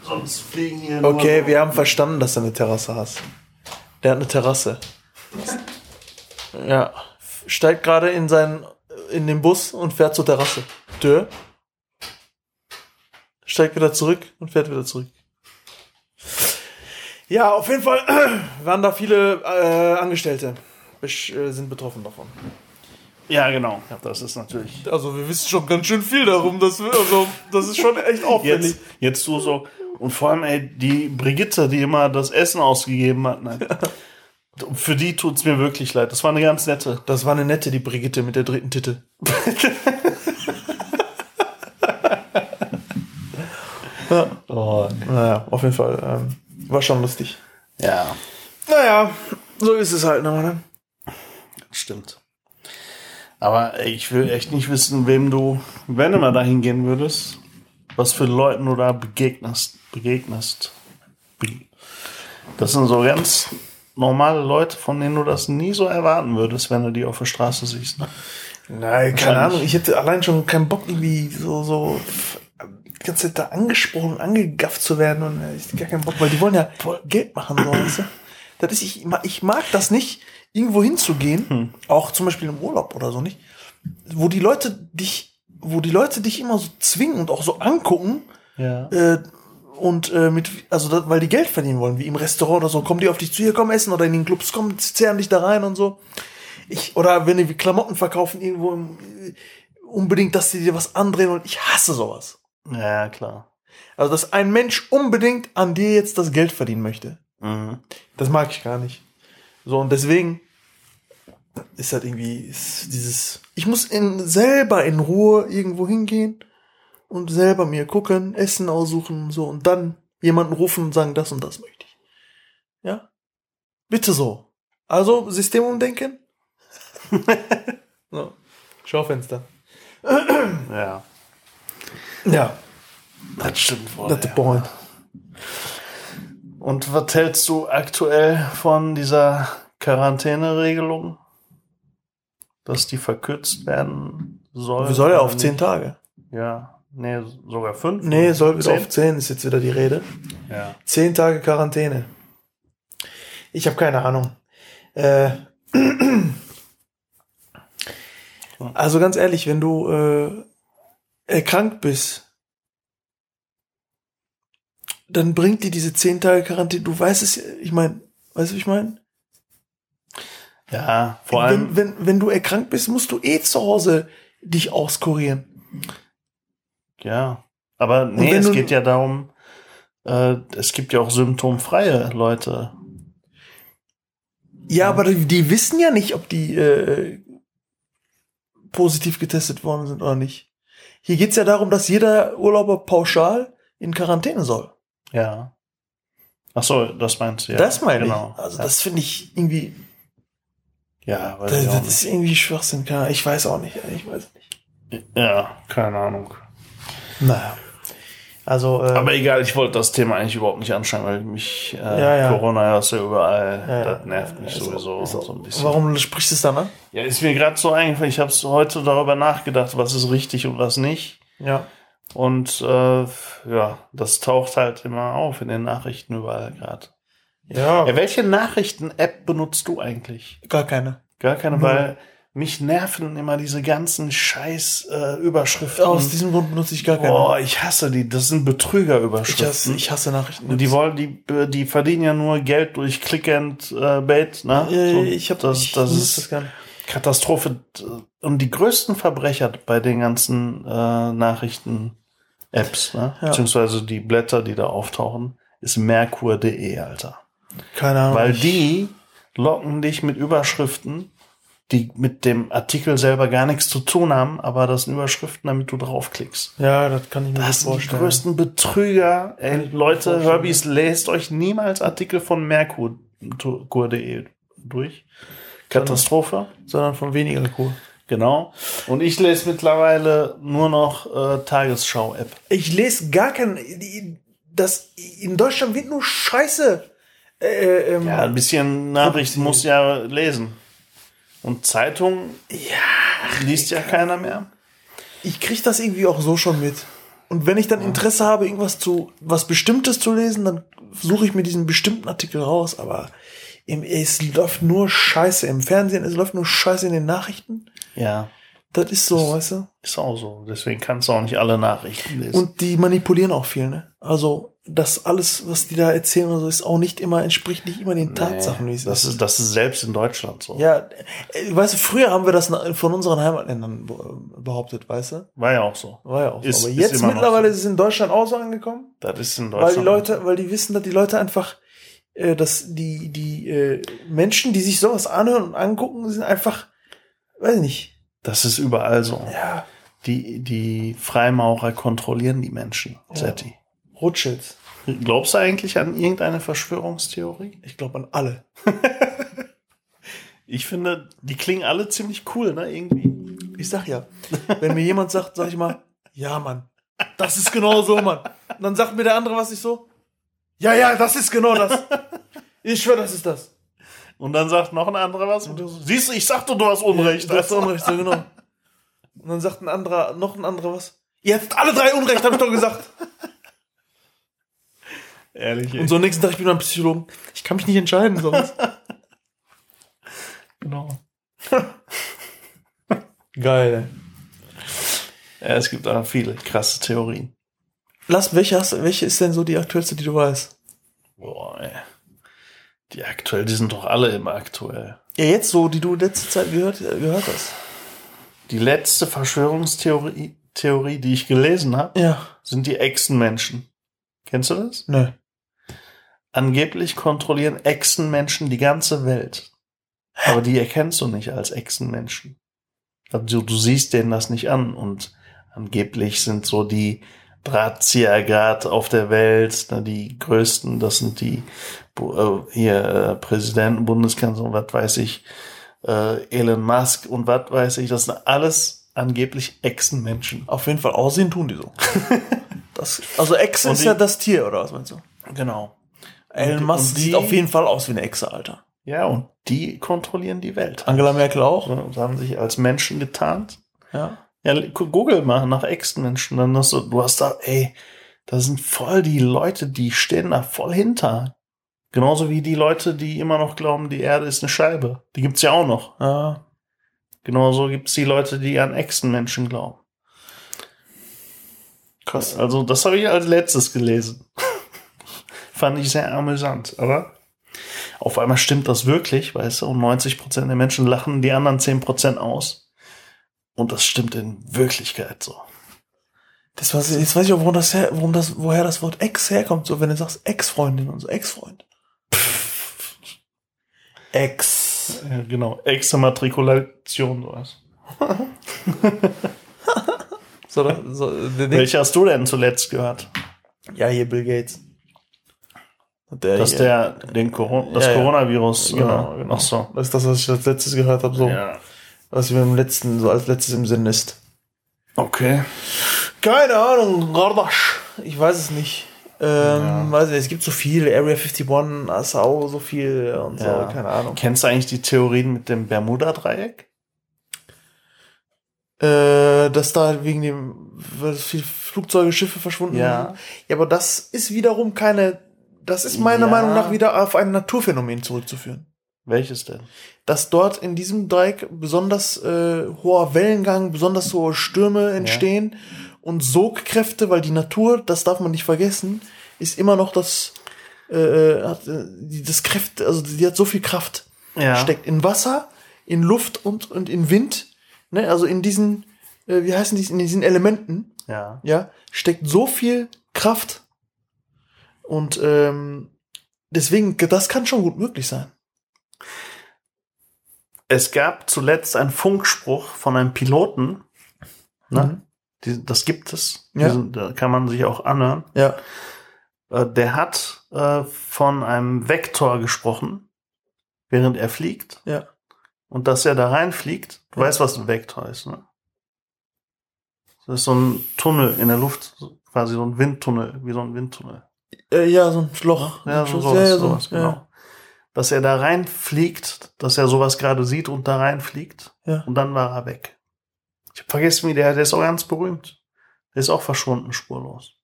Speaker 1: Sonst fliegen hier nur-
Speaker 2: Okay, wir haben verstanden, dass du eine Terrasse hast. Der hat eine Terrasse. Ja. Steigt gerade in seinen in den Bus und fährt zur Terrasse. Dö. Steigt wieder zurück und fährt wieder zurück. Ja, auf jeden Fall waren da viele äh, Angestellte. Besch äh, sind betroffen davon.
Speaker 1: Ja, genau. Das ist natürlich.
Speaker 2: Also wir wissen schon ganz schön viel darum, dass wir, also das ist schon echt auffällig.
Speaker 1: Jetzt, jetzt du so. Und vor allem, ey, die Brigitte, die immer das Essen ausgegeben hat, nein. Für die tut's mir wirklich leid. Das war eine ganz nette.
Speaker 2: Das war eine nette, die Brigitte mit der dritten Titte. ja. Naja, auf jeden Fall. Ähm, war schon lustig.
Speaker 1: Ja,
Speaker 2: Naja, so ist es halt nochmal. Ne?
Speaker 1: stimmt. Aber ey, ich will echt nicht wissen, wem du, wenn du mal dahin gehen würdest, was für Leuten du da begegnest. begegnest. Be- Das sind so ganz normale Leute, von denen du das nie so erwarten würdest, wenn du die auf der Straße siehst. ne?
Speaker 2: Nein, keine Ahnung. Ich hätte allein schon keinen Bock, irgendwie so, so die ganze Zeit da angesprochen, angegafft zu werden und äh, ich hab gar keinen Bock, weil die wollen ja Geld machen, so, weißt du? Das ist, ich, ma- ich mag das nicht, irgendwo hinzugehen, auch zum Beispiel im Urlaub oder so nicht, wo die Leute dich, wo die Leute dich immer so zwingen und auch so angucken,
Speaker 1: Ja.
Speaker 2: äh, und äh, mit, also da, weil die Geld verdienen wollen, wie im Restaurant oder so, kommen die auf dich zu, hier komm essen oder in den Clubs, komm, zehren dich da rein und so. Ich, oder wenn die Klamotten verkaufen irgendwo, im, äh, unbedingt, dass die dir was andrehen und ich hasse sowas.
Speaker 1: Ja, klar.
Speaker 2: Also, dass ein Mensch unbedingt an dir jetzt das Geld verdienen möchte.
Speaker 1: Mhm.
Speaker 2: Das mag ich gar nicht. So, und deswegen ist halt irgendwie ist dieses, ich muss in, selber in Ruhe irgendwo hingehen und selber mir gucken, Essen aussuchen und so und dann jemanden rufen und sagen, das und das möchte ich. Ja? Bitte so. Also, System umdenken. so. Schaufenster.
Speaker 1: Ja.
Speaker 2: Ja,
Speaker 1: Das stimmt wohl.
Speaker 2: that's the
Speaker 1: ja.
Speaker 2: point.
Speaker 1: Und was hältst du aktuell von dieser Quarantäneregelung? Dass die verkürzt werden soll?
Speaker 2: Soll ja
Speaker 1: oder
Speaker 2: auf
Speaker 1: nicht?
Speaker 2: zehn Tage.
Speaker 1: Ja. Nee, sogar fünf.
Speaker 2: Nee, soll bis
Speaker 1: Zehn?
Speaker 2: auf zehn ist jetzt wieder die Rede.
Speaker 1: Ja.
Speaker 2: Zehn Tage Quarantäne. Ich habe keine Ahnung. Äh, also ganz ehrlich, wenn du äh, erkrankt bist, dann bringt dir diese zehn Tage Quarantäne. Du weißt es, ich meine, weißt du, wie ich meine?
Speaker 1: Ja, vor allem.
Speaker 2: Wenn, wenn, wenn du erkrankt bist, musst du eh zu Hause dich auskurieren.
Speaker 1: Ja. Aber nee,
Speaker 2: wenn
Speaker 1: es
Speaker 2: du-
Speaker 1: geht ja darum, äh, es gibt ja auch symptomfreie Leute.
Speaker 2: Ja, aber die, die wissen ja nicht, ob die äh, positiv getestet worden sind oder nicht. Hier geht's ja darum, dass jeder Urlauber pauschal in Quarantäne soll.
Speaker 1: Ja. Ach so, das meinst du ja.
Speaker 2: das meine
Speaker 1: genau.
Speaker 2: ich. Also
Speaker 1: ja.
Speaker 2: das finde ich irgendwie,
Speaker 1: Ja, weiß
Speaker 2: das,
Speaker 1: ich auch
Speaker 2: das
Speaker 1: nicht.
Speaker 2: ist irgendwie Schwachsinn. keine Ahnung. Ich weiß auch nicht. Ich weiß nicht.
Speaker 1: Ja, keine Ahnung.
Speaker 2: Naja. Also, äh,
Speaker 1: Aber egal, ich wollte das Thema eigentlich überhaupt nicht anschauen, weil mich äh,
Speaker 2: Ja, ja.
Speaker 1: Corona ist ja überall.
Speaker 2: ja,
Speaker 1: das nervt mich
Speaker 2: ist auch-
Speaker 1: sowieso äh,
Speaker 2: ist auch-
Speaker 1: also, so ein bisschen.
Speaker 2: Warum sprichst du es dann an?
Speaker 1: Ja, ist mir gerade so eingefallen. Ich habe heute darüber nachgedacht, was ist richtig und was nicht.
Speaker 2: Ja.
Speaker 1: Und äh, ja, das taucht halt immer auf in den Nachrichten überall gerade.
Speaker 2: Ja.
Speaker 1: Ja, welche Nachrichten-App benutzt du eigentlich?
Speaker 2: Gar keine.
Speaker 1: Gar keine,
Speaker 2: Null.
Speaker 1: weil mich nerven immer diese ganzen scheiß äh, Überschriften.
Speaker 2: Aus diesem Grund benutze ich gar keine.
Speaker 1: Boah, ich hasse die. Das sind
Speaker 2: ich, hasse,
Speaker 1: Betrügerüberschriften.
Speaker 2: ich hasse Nachrichten.
Speaker 1: Und Die wollen, die, die verdienen ja nur Geld durch Click and äh, Bait, ne?
Speaker 2: Ja,
Speaker 1: So,
Speaker 2: ich habe
Speaker 1: das,
Speaker 2: ich
Speaker 1: das
Speaker 2: nutze
Speaker 1: ist
Speaker 2: das gar nicht.
Speaker 1: Katastrophe. äh, Und die größten Verbrecher bei den ganzen äh, Nachrichten-Apps, ne?
Speaker 2: Ja.
Speaker 1: Beziehungsweise die Blätter, die da auftauchen, ist merkur.de, Alter.
Speaker 2: Keine Ahnung.
Speaker 1: Weil die locken dich mit Überschriften, die mit dem Artikel selber gar nichts zu tun haben, aber das sind Überschriften, damit du draufklickst.
Speaker 2: Ja, das kann ich mir
Speaker 1: Das
Speaker 2: das
Speaker 1: sind die
Speaker 2: vorstellen.
Speaker 1: größten Betrüger. Ey, Leute,
Speaker 2: vorstellen,
Speaker 1: Herbies, lest euch niemals Artikel von merkur.de durch. Katastrophe.
Speaker 2: sondern von weniger Kur.
Speaker 1: Genau. Und ich lese mittlerweile nur noch äh, Tagesschau-App.
Speaker 2: Ich lese gar kein, das in Deutschland wird nur Scheiße. Äh, ähm,
Speaker 1: Ja, ein bisschen Nachrichten muss ja lesen. Und Zeitung liest ja keiner mehr.
Speaker 2: Ich krieg das irgendwie auch so schon mit. Und wenn ich dann Interesse habe, irgendwas zu was Bestimmtes zu lesen, dann suche ich mir diesen bestimmten Artikel raus. Aber im, es läuft nur Scheiße im Fernsehen, es läuft nur Scheiße in den Nachrichten.
Speaker 1: Ja,
Speaker 2: Das ist so, weißt du.
Speaker 1: ist auch so. Deswegen kannst du auch nicht alle Nachrichten lesen.
Speaker 2: Und die manipulieren auch viel, ne? Also das alles, was die da erzählen oder so, ist auch nicht immer entspricht nicht immer den Tatsachen, wie es
Speaker 1: das ist, das ist selbst in Deutschland so.
Speaker 2: Ja, äh, weißt du, früher haben wir das na- von unseren Heimatländern be- behauptet, weißt du?
Speaker 1: War ja auch so.
Speaker 2: War ja auch
Speaker 1: Ist-
Speaker 2: so. Aber
Speaker 1: ist
Speaker 2: jetzt
Speaker 1: immer noch
Speaker 2: mittlerweile
Speaker 1: so.
Speaker 2: ist es in Deutschland auch so angekommen,
Speaker 1: Das ist in
Speaker 2: weil
Speaker 1: Deutschland.
Speaker 2: die Leute, weil die wissen, dass die Leute einfach, äh, dass die, die äh, Menschen, die sich sowas anhören und angucken, sind einfach, weiß nicht,
Speaker 1: Das ist überall so.
Speaker 2: ja,
Speaker 1: Die, die Freimaurer kontrollieren die Menschen, Setti.
Speaker 2: Rothschilds.
Speaker 1: Glaubst du eigentlich an irgendeine Verschwörungstheorie?
Speaker 2: Ich glaube an alle.
Speaker 1: Ich finde, die klingen alle ziemlich cool, ne? Irgendwie.
Speaker 2: Ich sag ja, wenn mir jemand sagt, sag ich mal, ja, Mann, das ist genau so, Mann. Und dann sagt mir der andere, was ich so, ja, ja, das ist genau das. Ich schwöre, das ist das.
Speaker 1: Und dann sagt noch ein anderer was. Und du so, siehst du, ich sagte, du hast Unrecht.
Speaker 2: Du hast Unrecht, so genau. Und dann sagt ein anderer, noch ein anderer was. Ihr hattet alle drei Unrecht, hab ich doch gesagt.
Speaker 1: Ehrlich.
Speaker 2: Und so am nächsten Tag, ich bin beim Psychologen. Ich kann mich nicht entscheiden sonst.
Speaker 1: genau.
Speaker 2: Geil.
Speaker 1: Ja, es gibt aber viele krasse Theorien.
Speaker 2: Lass, welche, hast, welche ist denn so die aktuellste, die du weißt?
Speaker 1: Boah, ey. Die aktuell, die sind doch alle immer aktuell.
Speaker 2: Ja, jetzt so, die du in letzter Zeit gehört, äh, gehört hast.
Speaker 1: Die letzte Verschwörungstheorie, Theorie, die ich gelesen habe,
Speaker 2: Ja.
Speaker 1: sind die Echsenmenschen. Kennst du das?
Speaker 2: Nö.
Speaker 1: Angeblich kontrollieren Echsenmenschen die ganze Welt. Aber die erkennst du nicht als Echsenmenschen. Also du siehst denen das nicht an und angeblich sind so die Drahtzieher grad auf der Welt, ne, die größten, das sind die Bu- äh, hier äh, Präsidenten, Bundeskanzler und was weiß ich, äh, Elon Musk und was weiß ich, das sind alles angeblich Echsenmenschen.
Speaker 2: Auf jeden Fall aussehen tun die so. Das, also Echse
Speaker 1: Und
Speaker 2: ist
Speaker 1: die-
Speaker 2: ja das Tier, oder was meinst du?
Speaker 1: Genau.
Speaker 2: Elon Musk
Speaker 1: und die-
Speaker 2: sieht auf jeden Fall aus wie eine Echse, Alter.
Speaker 1: Ja, und die kontrollieren die Welt.
Speaker 2: Angela Merkel auch.
Speaker 1: Ne, und haben sich als Menschen getarnt.
Speaker 2: Ja.
Speaker 1: Ja, gu- google mal nach Echsenmenschen, dann hast du, du hast da, ey, da sind voll die Leute, die stehen da voll hinter. Genauso wie die Leute, die immer noch glauben, die Erde ist eine Scheibe. Die gibt's ja auch noch.
Speaker 2: ja.
Speaker 1: Genauso gibt's die Leute, die an Echsenmenschen glauben.
Speaker 2: Krass.
Speaker 1: Also, das habe ich als letztes gelesen. Fand ich sehr amüsant, aber auf einmal stimmt das wirklich, weißt du, und 90% der Menschen lachen die anderen 10% aus. Und das stimmt in Wirklichkeit so.
Speaker 2: Das weiß ich, jetzt weiß ich auch, warum das, her, warum das, woher das Wort Ex herkommt, so wenn du sagst Ex-Freundin und so Ex-Freund. Ex.
Speaker 1: Ja, genau. Exmatrikulation, sowas.
Speaker 2: So, da- so, der Ding-
Speaker 1: Welche hast du denn zuletzt gehört?
Speaker 2: ja, hier Bill Gates. Und Der,
Speaker 1: Dass
Speaker 2: hier.
Speaker 1: der den Corona, das
Speaker 2: Äh, Ja, ja.
Speaker 1: Coronavirus.
Speaker 2: Genau,
Speaker 1: äh,
Speaker 2: genau.
Speaker 1: Ach so.
Speaker 2: Das ist das, was ich als letztes gehört habe, so,
Speaker 1: Ja.
Speaker 2: was mir im letzten, so als letztes im Sinn ist.
Speaker 1: Okay.
Speaker 2: Keine Ahnung, Gordasch. Ich weiß es nicht. Ähm, weiß nicht, es gibt so viel, Area 51, Assau, so viel und
Speaker 1: Ja.
Speaker 2: so, keine Ahnung.
Speaker 1: Kennst du eigentlich die Theorien mit dem Bermuda-Dreieck?
Speaker 2: Äh, dass da wegen dem, weil viele Flugzeuge, Schiffe verschwunden
Speaker 1: Ja.
Speaker 2: sind. Ja, aber das ist wiederum keine, das ist meiner
Speaker 1: Ja.
Speaker 2: Meinung nach wieder auf ein Naturphänomen zurückzuführen.
Speaker 1: Welches denn?
Speaker 2: Dass dort in diesem Dreieck besonders äh, hoher Wellengang, besonders hohe Stürme entstehen und Sogkräfte, weil die Natur, das darf man nicht vergessen, ist immer noch das, äh, hat, äh, die- das Kräft, also die hat so viel Kraft
Speaker 1: Ja.
Speaker 2: steckt in Wasser, in Luft und, und in Wind, ne? also in diesen, äh, wie heißen die, in diesen Elementen,
Speaker 1: Ja.
Speaker 2: ja, steckt so viel Kraft. Und ähm, deswegen, das kann schon gut möglich sein.
Speaker 1: Es gab zuletzt einen Funkspruch von einem Piloten. Ne?
Speaker 2: Mhm.
Speaker 1: Die, das gibt es.
Speaker 2: Ja.
Speaker 1: Die sind- da kann man sich auch anhören.
Speaker 2: Ja.
Speaker 1: Äh, der hat äh, von einem Vektor gesprochen, während er fliegt.
Speaker 2: Ja.
Speaker 1: Und dass er da reinfliegt, du
Speaker 2: Ja.
Speaker 1: weißt, was ein Vektor ist, ne? Das ist so ein Tunnel in der Luft, so quasi so ein Windtunnel, wie so ein Windtunnel.
Speaker 2: Äh, ja, so ein Loch.
Speaker 1: Ja,
Speaker 2: ein
Speaker 1: so,
Speaker 2: Schuss.
Speaker 1: sowas,
Speaker 2: ja,
Speaker 1: sowas,
Speaker 2: ja.
Speaker 1: genau. Dass er da reinfliegt, dass er sowas gerade sieht und da reinfliegt.
Speaker 2: Ja.
Speaker 1: Und dann war er weg. Ich hab vergessen, wie der, der ist auch ganz berühmt. Der ist auch verschwunden, spurlos.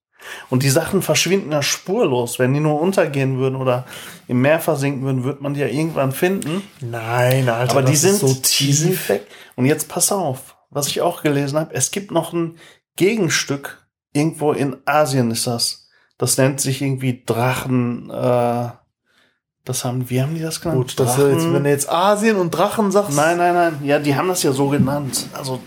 Speaker 1: Und die Sachen verschwinden ja spurlos. Wenn die nur untergehen würden oder im Meer versinken würden, wird man die ja irgendwann finden.
Speaker 2: Nein, Alter.
Speaker 1: Aber die
Speaker 2: das
Speaker 1: sind
Speaker 2: ist so
Speaker 1: Die
Speaker 2: tief.
Speaker 1: sind weg. Und jetzt pass auf, was ich auch gelesen habe. Es gibt noch ein Gegenstück. Irgendwo in Asien ist das. Das nennt sich irgendwie Drachen. Äh, das haben, wie haben die das genannt?
Speaker 2: Gut, das ist jetzt, wenn du jetzt Asien und Drachen sagst.
Speaker 1: Nein, nein, nein. Ja, die haben das ja so genannt. Also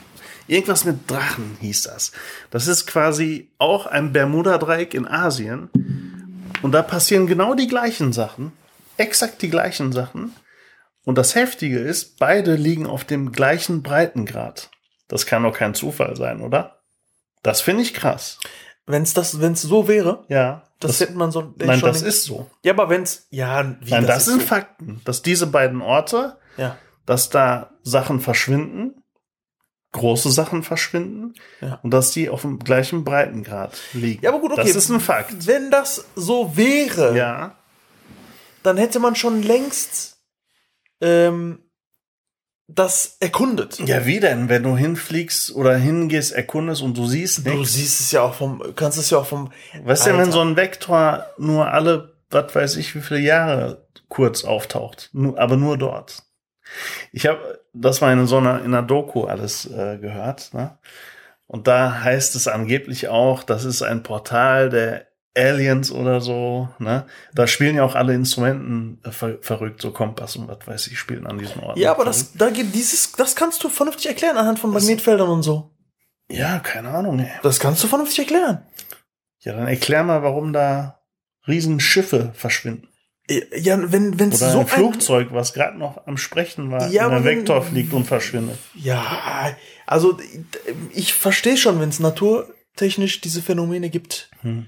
Speaker 1: irgendwas mit Drachen hieß das. Das ist quasi auch ein Bermuda-Dreieck in Asien. Und da passieren genau die gleichen Sachen. Exakt die gleichen Sachen. Und das Heftige ist, beide liegen auf dem gleichen Breitengrad. Das kann doch kein Zufall sein, oder? Das finde ich krass.
Speaker 2: Wenn es das, wenn's so wäre,
Speaker 1: Ja.
Speaker 2: das, hätte man so.
Speaker 1: nein,
Speaker 2: schon
Speaker 1: das
Speaker 2: nicht-
Speaker 1: ist so.
Speaker 2: Ja, aber wenn's. Ja, wie
Speaker 1: Nein, das, sind
Speaker 2: so?
Speaker 1: Fakten, dass diese beiden Orte
Speaker 2: Ja.
Speaker 1: dass da Sachen verschwinden, große Sachen verschwinden
Speaker 2: Ja.
Speaker 1: und dass die auf dem gleichen Breitengrad liegen.
Speaker 2: Ja, aber gut, okay.
Speaker 1: Das ist ein Fakt.
Speaker 2: Wenn das so wäre,
Speaker 1: Ja,
Speaker 2: dann hätte man schon längst ähm, das erkundet.
Speaker 1: Ja, wie denn? Wenn du hinfliegst oder hingehst, erkundest und du siehst
Speaker 2: Du
Speaker 1: nichts.
Speaker 2: siehst es ja auch vom, kannst es ja auch vom.
Speaker 1: Weißt du, wenn
Speaker 2: Alter.
Speaker 1: so ein Vektor nur alle, was weiß ich, wie viele Jahre kurz auftaucht, nur, aber nur dort. Ich habe das mal in so einer, in einer Doku alles äh, gehört. Ne? Und da heißt es angeblich auch, das ist ein Portal der Aliens oder so. Ne? Da spielen ja auch alle Instrumenten äh, ver verrückt, so Kompass und was weiß ich, spielen an diesen Orten.
Speaker 2: Ja, aber das, da geht dieses, das kannst du vernünftig erklären anhand von
Speaker 1: Das-
Speaker 2: Magnetfeldern und so.
Speaker 1: Ja, keine Ahnung. Ey.
Speaker 2: Das kannst du vernünftig erklären.
Speaker 1: Ja, dann erklär mal, warum da Riesenschiffe verschwinden.
Speaker 2: Ja, wenn, wenn es
Speaker 1: Oder
Speaker 2: so
Speaker 1: ein Flugzeug, was gerade noch am Sprechen war,
Speaker 2: Ja,
Speaker 1: ja, in
Speaker 2: aber
Speaker 1: einem
Speaker 2: wenn-
Speaker 1: Vektor fliegt und verschwindet.
Speaker 2: Ja, also ich verstehe schon, wenn es naturtechnisch diese Phänomene gibt,
Speaker 1: Hm.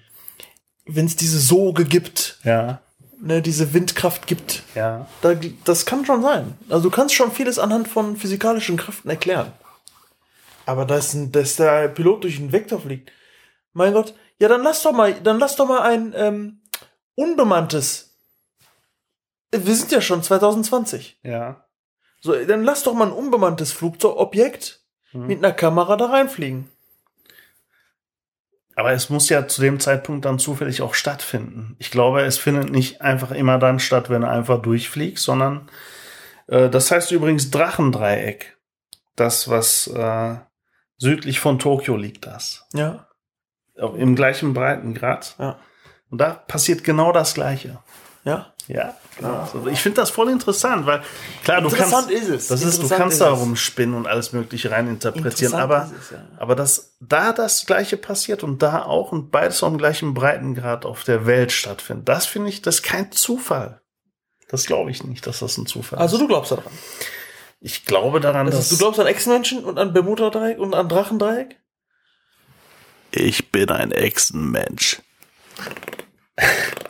Speaker 2: wenn es diese Soge gibt,
Speaker 1: Ja,
Speaker 2: ne, diese Windkraft gibt,
Speaker 1: ja.
Speaker 2: da, das kann schon sein. Also du kannst schon vieles anhand von physikalischen Kräften erklären. Aber dass, ein- dass der Pilot durch den Vektor fliegt, mein Gott, ja dann lass doch mal, dann lass doch mal ein ähm, unbemanntes. Wir sind ja schon 2020.
Speaker 1: Ja.
Speaker 2: So, dann lass doch mal ein unbemanntes Flugzeugobjekt
Speaker 1: Hm.
Speaker 2: mit einer Kamera da reinfliegen.
Speaker 1: Aber es muss ja zu dem Zeitpunkt dann zufällig auch stattfinden. Ich glaube, es findet nicht einfach immer dann statt, wenn du einfach durchfliegst, sondern äh, das heißt übrigens Drachendreieck. Das, was äh, südlich von Tokio liegt, das.
Speaker 2: Ja.
Speaker 1: Im gleichen Breitengrad.
Speaker 2: Ja.
Speaker 1: Und da passiert genau das Gleiche.
Speaker 2: Ja.
Speaker 1: Ja, genau. So, Ich finde das voll interessant, weil klar, Ah, du
Speaker 2: Ah. Interessant
Speaker 1: kannst,
Speaker 2: ist es.
Speaker 1: das ist, du
Speaker 2: Interessant
Speaker 1: kannst
Speaker 2: ist
Speaker 1: da
Speaker 2: es.
Speaker 1: rumspinnen und alles Mögliche reininterpretieren,
Speaker 2: Interessant
Speaker 1: aber,
Speaker 2: ist es, ja.
Speaker 1: aber dass da das Gleiche passiert und da auch und beides auf dem gleichen Breitengrad auf der Welt stattfindet, das finde ich, das ist kein Zufall. Das glaube ich nicht, dass das ein Zufall
Speaker 2: Also
Speaker 1: ist.
Speaker 2: du glaubst daran.
Speaker 1: Ich glaube daran,
Speaker 2: Das
Speaker 1: dass
Speaker 2: heißt, du glaubst an Echsenmenschen und an Bermuda-Dreieck und an Drachendreieck?
Speaker 1: ich bin ein Echsenmensch.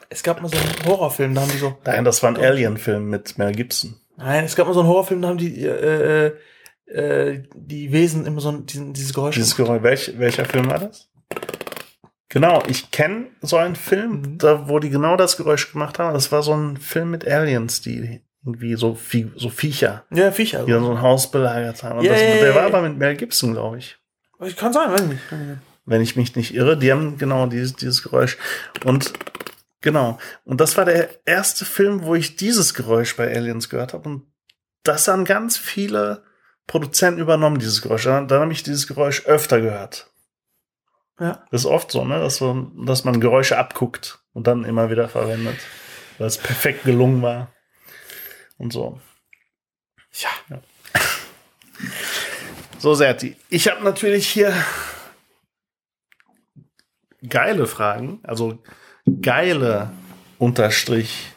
Speaker 2: Es gab mal so einen Horrorfilm, da haben die so.
Speaker 1: Nein, das war ein Alien-Film mit Mel Gibson.
Speaker 2: Nein, es gab mal so einen Horrorfilm, da haben die äh, äh, äh, die Wesen immer so ein- diesen, dieses Geräusch.
Speaker 1: Dieses Geräusch, welch, welcher Film war das? Genau, ich kenne so einen Film, da, wo die genau das Geräusch gemacht haben. Das war so ein Film mit Aliens, die irgendwie so, Vie so Viecher,
Speaker 2: ja, Viecher.
Speaker 1: die dann so ein Haus belagert haben. Und
Speaker 2: Ja,
Speaker 1: das,
Speaker 2: ja, ja,
Speaker 1: der
Speaker 2: ja.
Speaker 1: war aber mit Mel Gibson, glaube ich.
Speaker 2: Ich kann sein, weiß ich nicht.
Speaker 1: Wenn ich mich nicht irre. Die haben genau dieses, dieses Geräusch. Und genau. Und das war der erste Film, wo ich dieses Geräusch bei Aliens gehört habe. Und das haben ganz viele Produzenten übernommen, dieses Geräusch. Dann, dann habe ich dieses Geräusch öfter gehört.
Speaker 2: Ja.
Speaker 1: Das ist oft so, ne? dass, so- dass man Geräusche abguckt und dann immer wieder verwendet, weil es perfekt gelungen war. Und so.
Speaker 2: Ja.
Speaker 1: So, Serti. Ich habe natürlich hier geile Fragen, also geile Unterstrich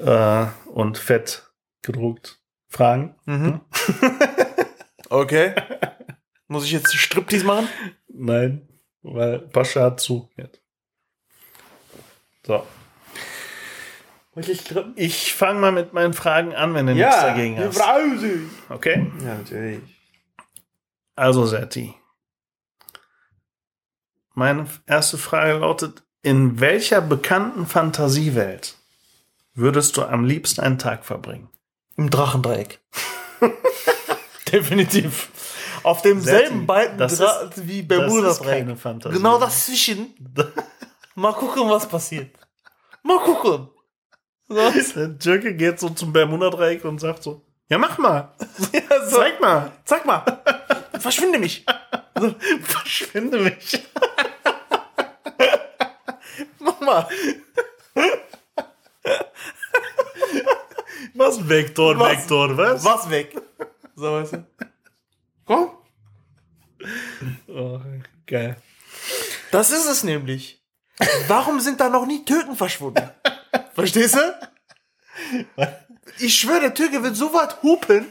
Speaker 1: äh, und fett gedruckt Fragen.
Speaker 2: Mhm. okay. Muss ich jetzt Striptease machen?
Speaker 1: Nein, weil Pascha hat zu. So.
Speaker 2: Muss ich strippen?
Speaker 1: Ich fange mal mit meinen Fragen an, wenn du nichts
Speaker 2: Ja,
Speaker 1: dagegen
Speaker 2: wir
Speaker 1: hast.
Speaker 2: brauchen sie.
Speaker 1: Okay.
Speaker 2: Ja, natürlich.
Speaker 1: Also, Serti. Meine erste Frage lautet: In welcher bekannten Fantasiewelt würdest du am liebsten einen Tag verbringen?
Speaker 2: Im Drachendreieck. Definitiv. Auf demselben
Speaker 1: Sehr-
Speaker 2: Balken
Speaker 1: das
Speaker 2: Dra- wie Bermuda
Speaker 1: das ist
Speaker 2: Dreieck.
Speaker 1: keine Fantasie.
Speaker 2: Genau dazwischen. Mal gucken, was passiert. Mal gucken. Was?
Speaker 1: Der Türke geht so zum Bermuda-Dreieck und sagt so: Ja, mach mal,
Speaker 2: Ja, so.
Speaker 1: zeig mal,
Speaker 2: Zeig mal. Verschwinde mich.
Speaker 1: verschwinde mich.
Speaker 2: Mach mal.
Speaker 1: Was, Vektor,
Speaker 2: Was?
Speaker 1: Vektor, was?
Speaker 2: Was weg. So, weißt du. Komm.
Speaker 1: Oh, geil.
Speaker 2: Das ist es nämlich. Warum sind da noch nie Türken verschwunden? Verstehst du? Ich schwöre, der Türke wird so weit hupen,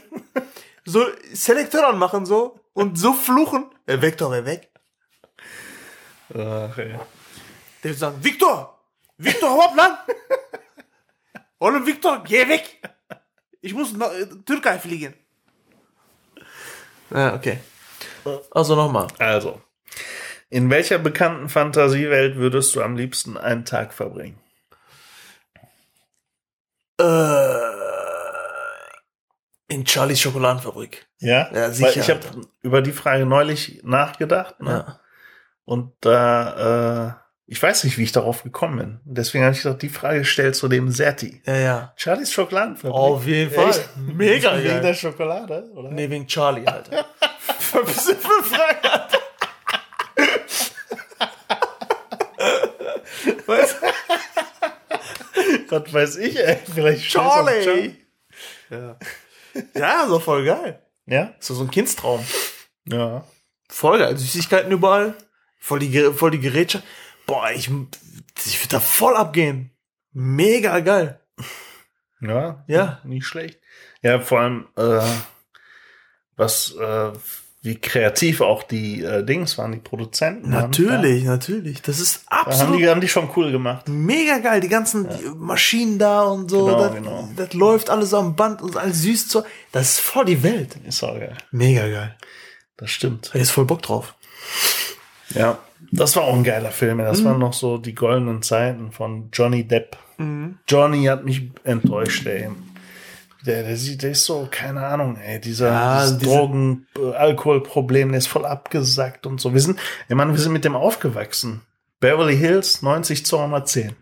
Speaker 2: so Selektor anmachen so und so fluchen. Er weg doch, er weg.
Speaker 1: Ach, ey.
Speaker 2: Der wird sagen, Viktor! Viktor, hau ab, lang! Ole Viktor, geh weg! Ich muss nach äh, Türkei fliegen. Ja, Ah, okay. Also nochmal.
Speaker 1: Also, in welcher bekannten Fantasiewelt würdest du am liebsten einen Tag verbringen?
Speaker 2: Äh, In Charlies Schokoladenfabrik.
Speaker 1: Ja,
Speaker 2: Ja,
Speaker 1: weil
Speaker 2: sicher,
Speaker 1: ich habe
Speaker 2: Alter.
Speaker 1: über die Frage neulich nachgedacht. Ne?
Speaker 2: Ja.
Speaker 1: Und da, äh, ich weiß nicht, wie ich darauf gekommen bin. Deswegen habe ich gedacht, die Frage stellst du dem Serti.
Speaker 2: Ja, ja.
Speaker 1: Charlies Schokoladenfabrik.
Speaker 2: Auf jeden Fall.
Speaker 1: Echt?
Speaker 2: Mega
Speaker 1: Wegen der
Speaker 2: geil.
Speaker 1: Schokolade, oder?
Speaker 2: Nee, wegen Charlie, Alter.
Speaker 1: was ist für Frage?
Speaker 2: Weißt
Speaker 1: Was weiß ich, ey. Vielleicht scheiß auf
Speaker 2: Charlie! Ja. ja, so voll geil.
Speaker 1: Ja?
Speaker 2: So, so ein Kindstraum.
Speaker 1: Ja.
Speaker 2: Voll geil. Süßigkeiten überall. Voll die, Ge- voll die Gerätschaft. Boah, ich, ich würde da voll abgehen. Mega geil.
Speaker 1: Ja.
Speaker 2: Ja.
Speaker 1: Nicht schlecht. Ja, vor allem, äh, was, äh, wie kreativ auch die äh, Dings waren, die Produzenten. waren,
Speaker 2: Natürlich, natürlich. Das
Speaker 1: Ja.
Speaker 2: ist
Speaker 1: Da haben,
Speaker 2: absolut
Speaker 1: die, haben die schon cool gemacht.
Speaker 2: mega geil. Die ganzen die Maschinen da und so.
Speaker 1: Genau,
Speaker 2: das,
Speaker 1: genau.
Speaker 2: das läuft alles am Band und alles süß. Zu, das ist voll die Welt.
Speaker 1: Ist auch geil.
Speaker 2: Mega geil.
Speaker 1: Das stimmt.
Speaker 2: Da ist voll Bock drauf.
Speaker 1: Ja. Das war auch ein geiler Film. ey. Das
Speaker 2: Mhm.
Speaker 1: waren noch so die goldenen Zeiten von Johnny Depp.
Speaker 2: Mhm.
Speaker 1: Johnny hat mich enttäuscht, ey. Der, der, sieht, der ist so, keine Ahnung, ey, dieser
Speaker 2: Ja,
Speaker 1: dieses
Speaker 2: diese-
Speaker 1: Drogen, äh, Alkoholproblem, der ist voll abgesackt und so. Wir sind, ey Mann, wir sind mit dem aufgewachsen. Beverly Hills, 90 210.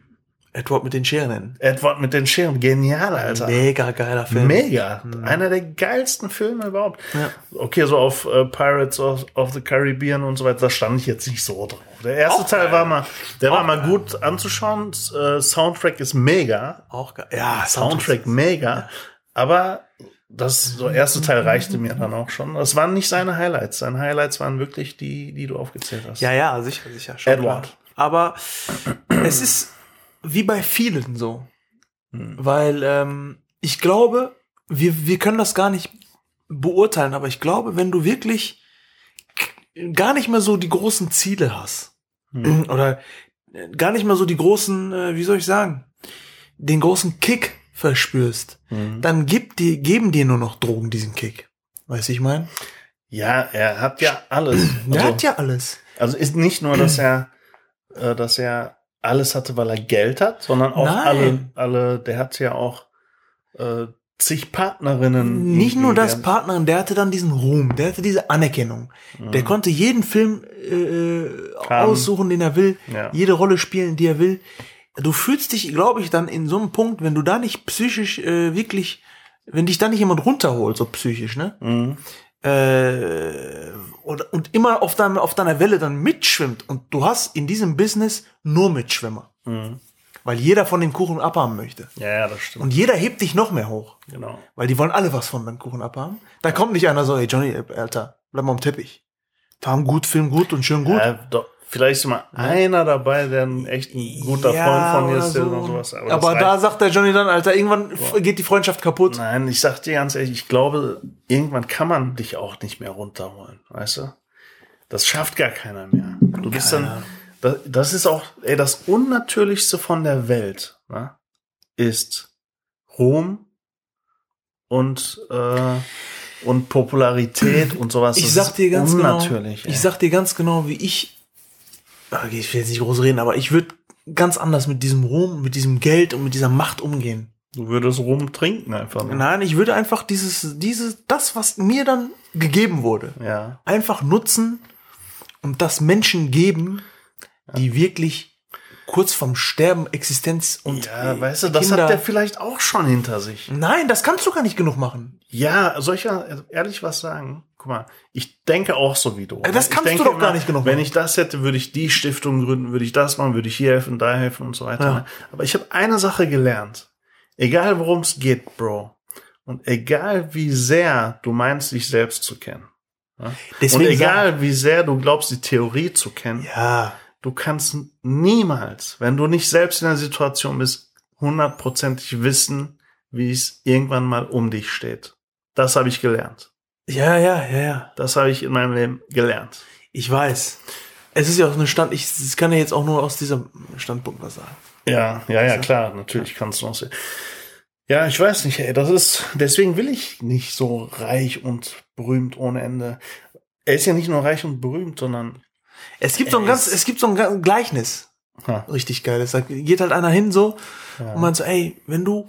Speaker 2: Edward mit den Scheren.
Speaker 1: Edward mit den Scheren, genial, Alter.
Speaker 2: Mega geiler Film. Mhm.
Speaker 1: Mega. Einer der geilsten Filme überhaupt.
Speaker 2: Ja.
Speaker 1: Okay, so auf äh, Pirates of, of the Caribbean und so weiter, da stand ich jetzt nicht so drauf. Der erste Teil war mal, der war mal gut anzuschauen. S- Äh, Soundtrack ist mega.
Speaker 2: Auch geil. Ja,
Speaker 1: Soundtrack mega. Aber das so erste Teil reichte mir dann auch schon. Das waren nicht seine Highlights. Seine Highlights waren wirklich die, die du aufgezählt hast.
Speaker 2: Ja, ja, sicher, sicher. Schon
Speaker 1: Edward.
Speaker 2: klar. Aber es ist wie bei vielen so.
Speaker 1: Hm.
Speaker 2: Weil ähm, ich glaube, wir, wir können das gar nicht beurteilen, aber ich glaube, wenn du wirklich k- gar nicht mehr so die großen Ziele hast
Speaker 1: Hm.
Speaker 2: oder äh, gar nicht mehr so die großen, äh, wie soll ich sagen, den großen Kick verspürst,
Speaker 1: Mhm.
Speaker 2: dann gibt dir, geben dir nur noch Drogen diesen Kick. Weißt du, ich meine?
Speaker 1: ja, er hat ja alles.
Speaker 2: Der
Speaker 1: Also-
Speaker 2: hat ja alles.
Speaker 1: Also ist nicht nur, dass er, äh, dass er alles hatte, weil er Geld hat, sondern auch
Speaker 2: Nein.
Speaker 1: alle, alle, der hat ja auch äh, zig Partnerinnen.
Speaker 2: Nicht nur
Speaker 1: irgendwie,
Speaker 2: das Partnerin, der hatte dann diesen Ruhm, der hatte diese Anerkennung. Der konnte jeden Film äh,
Speaker 1: Mhm. Haben.
Speaker 2: aussuchen, den er will,
Speaker 1: Ja.
Speaker 2: jede Rolle spielen, die er will. Du fühlst dich, glaube ich, dann in so einem Punkt, wenn du da nicht psychisch äh, wirklich, wenn dich da nicht jemand runterholt, so psychisch, ne?
Speaker 1: Mhm.
Speaker 2: Äh, und, und immer auf, deinem, auf deiner Welle dann mitschwimmt. Und du hast in diesem Business nur Mitschwimmer.
Speaker 1: Mhm.
Speaker 2: Weil jeder von dem Kuchen abhaben möchte.
Speaker 1: Ja, ja, das stimmt.
Speaker 2: Und jeder hebt dich noch mehr hoch.
Speaker 1: genau.
Speaker 2: Weil die wollen alle was von deinem Kuchen abhaben. Da kommt nicht einer so, hey Johnny, äh, Alter, bleib mal am Teppich. Tam gut, Film gut und schön gut. Äh,
Speaker 1: Ja, Äh, doch, vielleicht ist mal einer dabei, der ein echt ein guter
Speaker 2: Ja,
Speaker 1: Freund von mir
Speaker 2: oder
Speaker 1: ist, der so. sowas.
Speaker 2: Aber,
Speaker 1: das reicht
Speaker 2: da sagt der Johnny dann, Alter, irgendwann f- geht die Freundschaft kaputt.
Speaker 1: Nein, ich sag dir ganz ehrlich, ich glaube, irgendwann kann man dich auch nicht mehr runterholen, weißt du? Das schafft gar keiner mehr. Du bist dann, das, das ist auch, ey, das Unnatürlichste von der Welt, ne? Ist Ruhm und, äh, und Popularität und sowas.
Speaker 2: ich
Speaker 1: Das
Speaker 2: sag
Speaker 1: ist
Speaker 2: dir ganz
Speaker 1: unnatürlich,
Speaker 2: genau, ich sag dir ganz genau, wie ich, Ah, okay, ich will jetzt nicht groß reden, aber ich würde ganz anders mit diesem Ruhm, mit diesem Geld und mit dieser Macht umgehen.
Speaker 1: du würdest Ruhm trinken einfach. Ne?
Speaker 2: Nein, ich würde einfach dieses, dieses, das, was mir dann gegeben wurde,
Speaker 1: Ja,
Speaker 2: einfach nutzen und das Menschen geben, die wirklich kurz vorm Sterben Existenz und
Speaker 1: ja
Speaker 2: äh,
Speaker 1: weißt du, das
Speaker 2: Kinder-
Speaker 1: hat der vielleicht auch schon hinter sich.
Speaker 2: Nein, das kannst du gar nicht genug machen.
Speaker 1: Ja, soll ich ja ehrlich was sagen? Guck mal, ich denke auch so wie du. ne?
Speaker 2: Äh, das
Speaker 1: Ich
Speaker 2: kannst du
Speaker 1: denke
Speaker 2: doch gar nicht genug
Speaker 1: Wenn
Speaker 2: machen.
Speaker 1: ich das hätte, würde ich die Stiftung gründen, würde ich das machen, würde ich hier helfen, da helfen und so weiter. ne?
Speaker 2: Ja.
Speaker 1: Aber ich habe eine Sache gelernt. Egal worum es geht, Bro. Und egal wie sehr du meinst, dich selbst zu kennen. ja? Und
Speaker 2: Deswegen
Speaker 1: egal wie sehr du glaubst, die Theorie zu kennen,
Speaker 2: Ja,
Speaker 1: du kannst niemals, wenn du nicht selbst in der Situation bist, hundertprozentig wissen, wie es irgendwann mal um dich steht. Das habe ich gelernt.
Speaker 2: ja, ja, ja, ja.
Speaker 1: Das habe ich in meinem Leben gelernt.
Speaker 2: Ich weiß. Es ist ja auch eine Stand. Ich das kann ja jetzt auch nur aus diesem Standpunkt was sagen.
Speaker 1: Ja, ja, ja, klar, natürlich kannst du noch sehen. Ja, ich weiß nicht, ey, das ist, deswegen will ich nicht so reich und berühmt ohne Ende. Er ist ja nicht nur reich und berühmt, sondern,
Speaker 2: Es gibt so ein ganz,
Speaker 1: Äh, Es-
Speaker 2: es gibt so ein Ga- Gleichnis.
Speaker 1: ha,
Speaker 2: Richtig geil. Da geht halt einer hin so und meint so, ey, wenn du,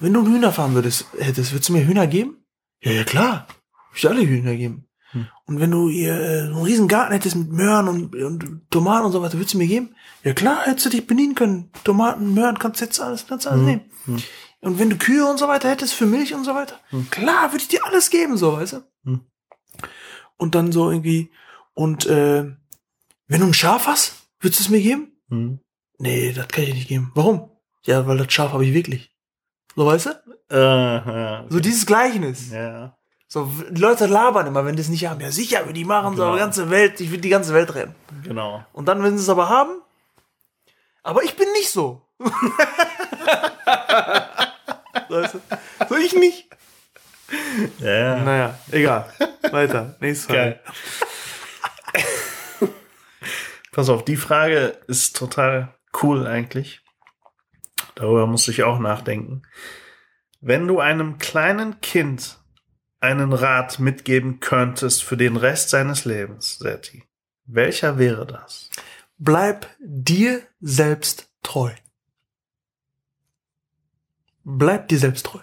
Speaker 2: wenn du einen Hühner fahren würdest, hättest, würdest du mir Hühner geben? Ja, ja, klar. Hab ich alle Hühner gegeben.
Speaker 1: Hm.
Speaker 2: Und wenn du ihr äh, so einen riesen Garten hättest mit Möhren und, und Tomaten und so weiter, würdest du mir geben? Ja klar, hättest du dich bedienen können. Tomaten, Möhren, kannst jetzt alles, kannst
Speaker 1: Hm.
Speaker 2: alles nehmen. Und wenn du Kühe und so weiter hättest für Milch und so weiter, klar, würde ich dir alles geben, so, weißt du?
Speaker 1: Hm.
Speaker 2: Und dann so irgendwie, und äh, wenn du ein Schaf hast, würdest du es mir geben?
Speaker 1: Hm.
Speaker 2: Nee, das kann ich dir nicht geben. Warum? Ja, weil das Schaf habe ich wirklich. So, weißt du?
Speaker 1: Äh, ja.
Speaker 2: So dieses Gleichnis.
Speaker 1: ja.
Speaker 2: So, w- die Leute labern immer, wenn die es nicht haben. Ja, sicher, wir die machen so
Speaker 1: Genau.
Speaker 2: die ganze Welt, ich will die ganze Welt retten.
Speaker 1: Genau.
Speaker 2: Und dann, wenn sie es aber haben, aber ich bin nicht so. weißt du? So ich nicht.
Speaker 1: Ja, ja.
Speaker 2: Naja, egal. Weiter. Nächstes
Speaker 1: Geil. Pass auf, die Frage ist total cool eigentlich. Darüber muss ich auch nachdenken. Wenn du einem kleinen Kind einen Rat mitgeben könntest für den Rest seines Lebens, Serti, welcher wäre das?
Speaker 2: Bleib dir selbst treu. Bleib dir selbst treu.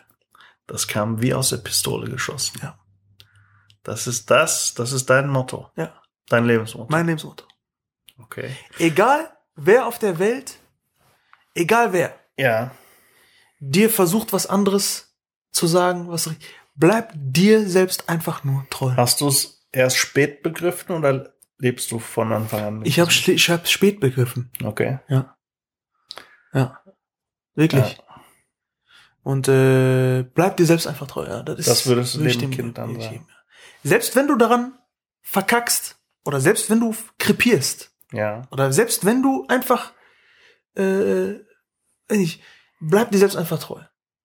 Speaker 1: Das kam wie aus der Pistole geschossen.
Speaker 2: Ja.
Speaker 1: Das ist das, das ist dein Motto.
Speaker 2: Ja.
Speaker 1: Dein Lebensmotto.
Speaker 2: Mein Lebensmotto.
Speaker 1: Okay.
Speaker 2: Egal, wer auf der Welt, egal wer,
Speaker 1: Ja.
Speaker 2: dir versucht, was anderes zu sagen, was richtig. Bleib dir selbst einfach nur treu.
Speaker 1: Hast du es erst spät begriffen oder lebst du von Anfang an? mit?
Speaker 2: Ich habe ich hab spät begriffen.
Speaker 1: Okay.
Speaker 2: Ja. Ja. Wirklich. Und äh, bleib dir selbst einfach treu. Ja. Das, ist,
Speaker 1: Das würdest du
Speaker 2: würd ich
Speaker 1: dem
Speaker 2: dem
Speaker 1: Kind dann
Speaker 2: ich
Speaker 1: sagen.
Speaker 2: geben, ja. Selbst wenn du daran verkackst oder selbst wenn du krepierst
Speaker 1: Ja.
Speaker 2: oder selbst wenn du einfach äh, weiß nicht, bleib dir selbst einfach treu.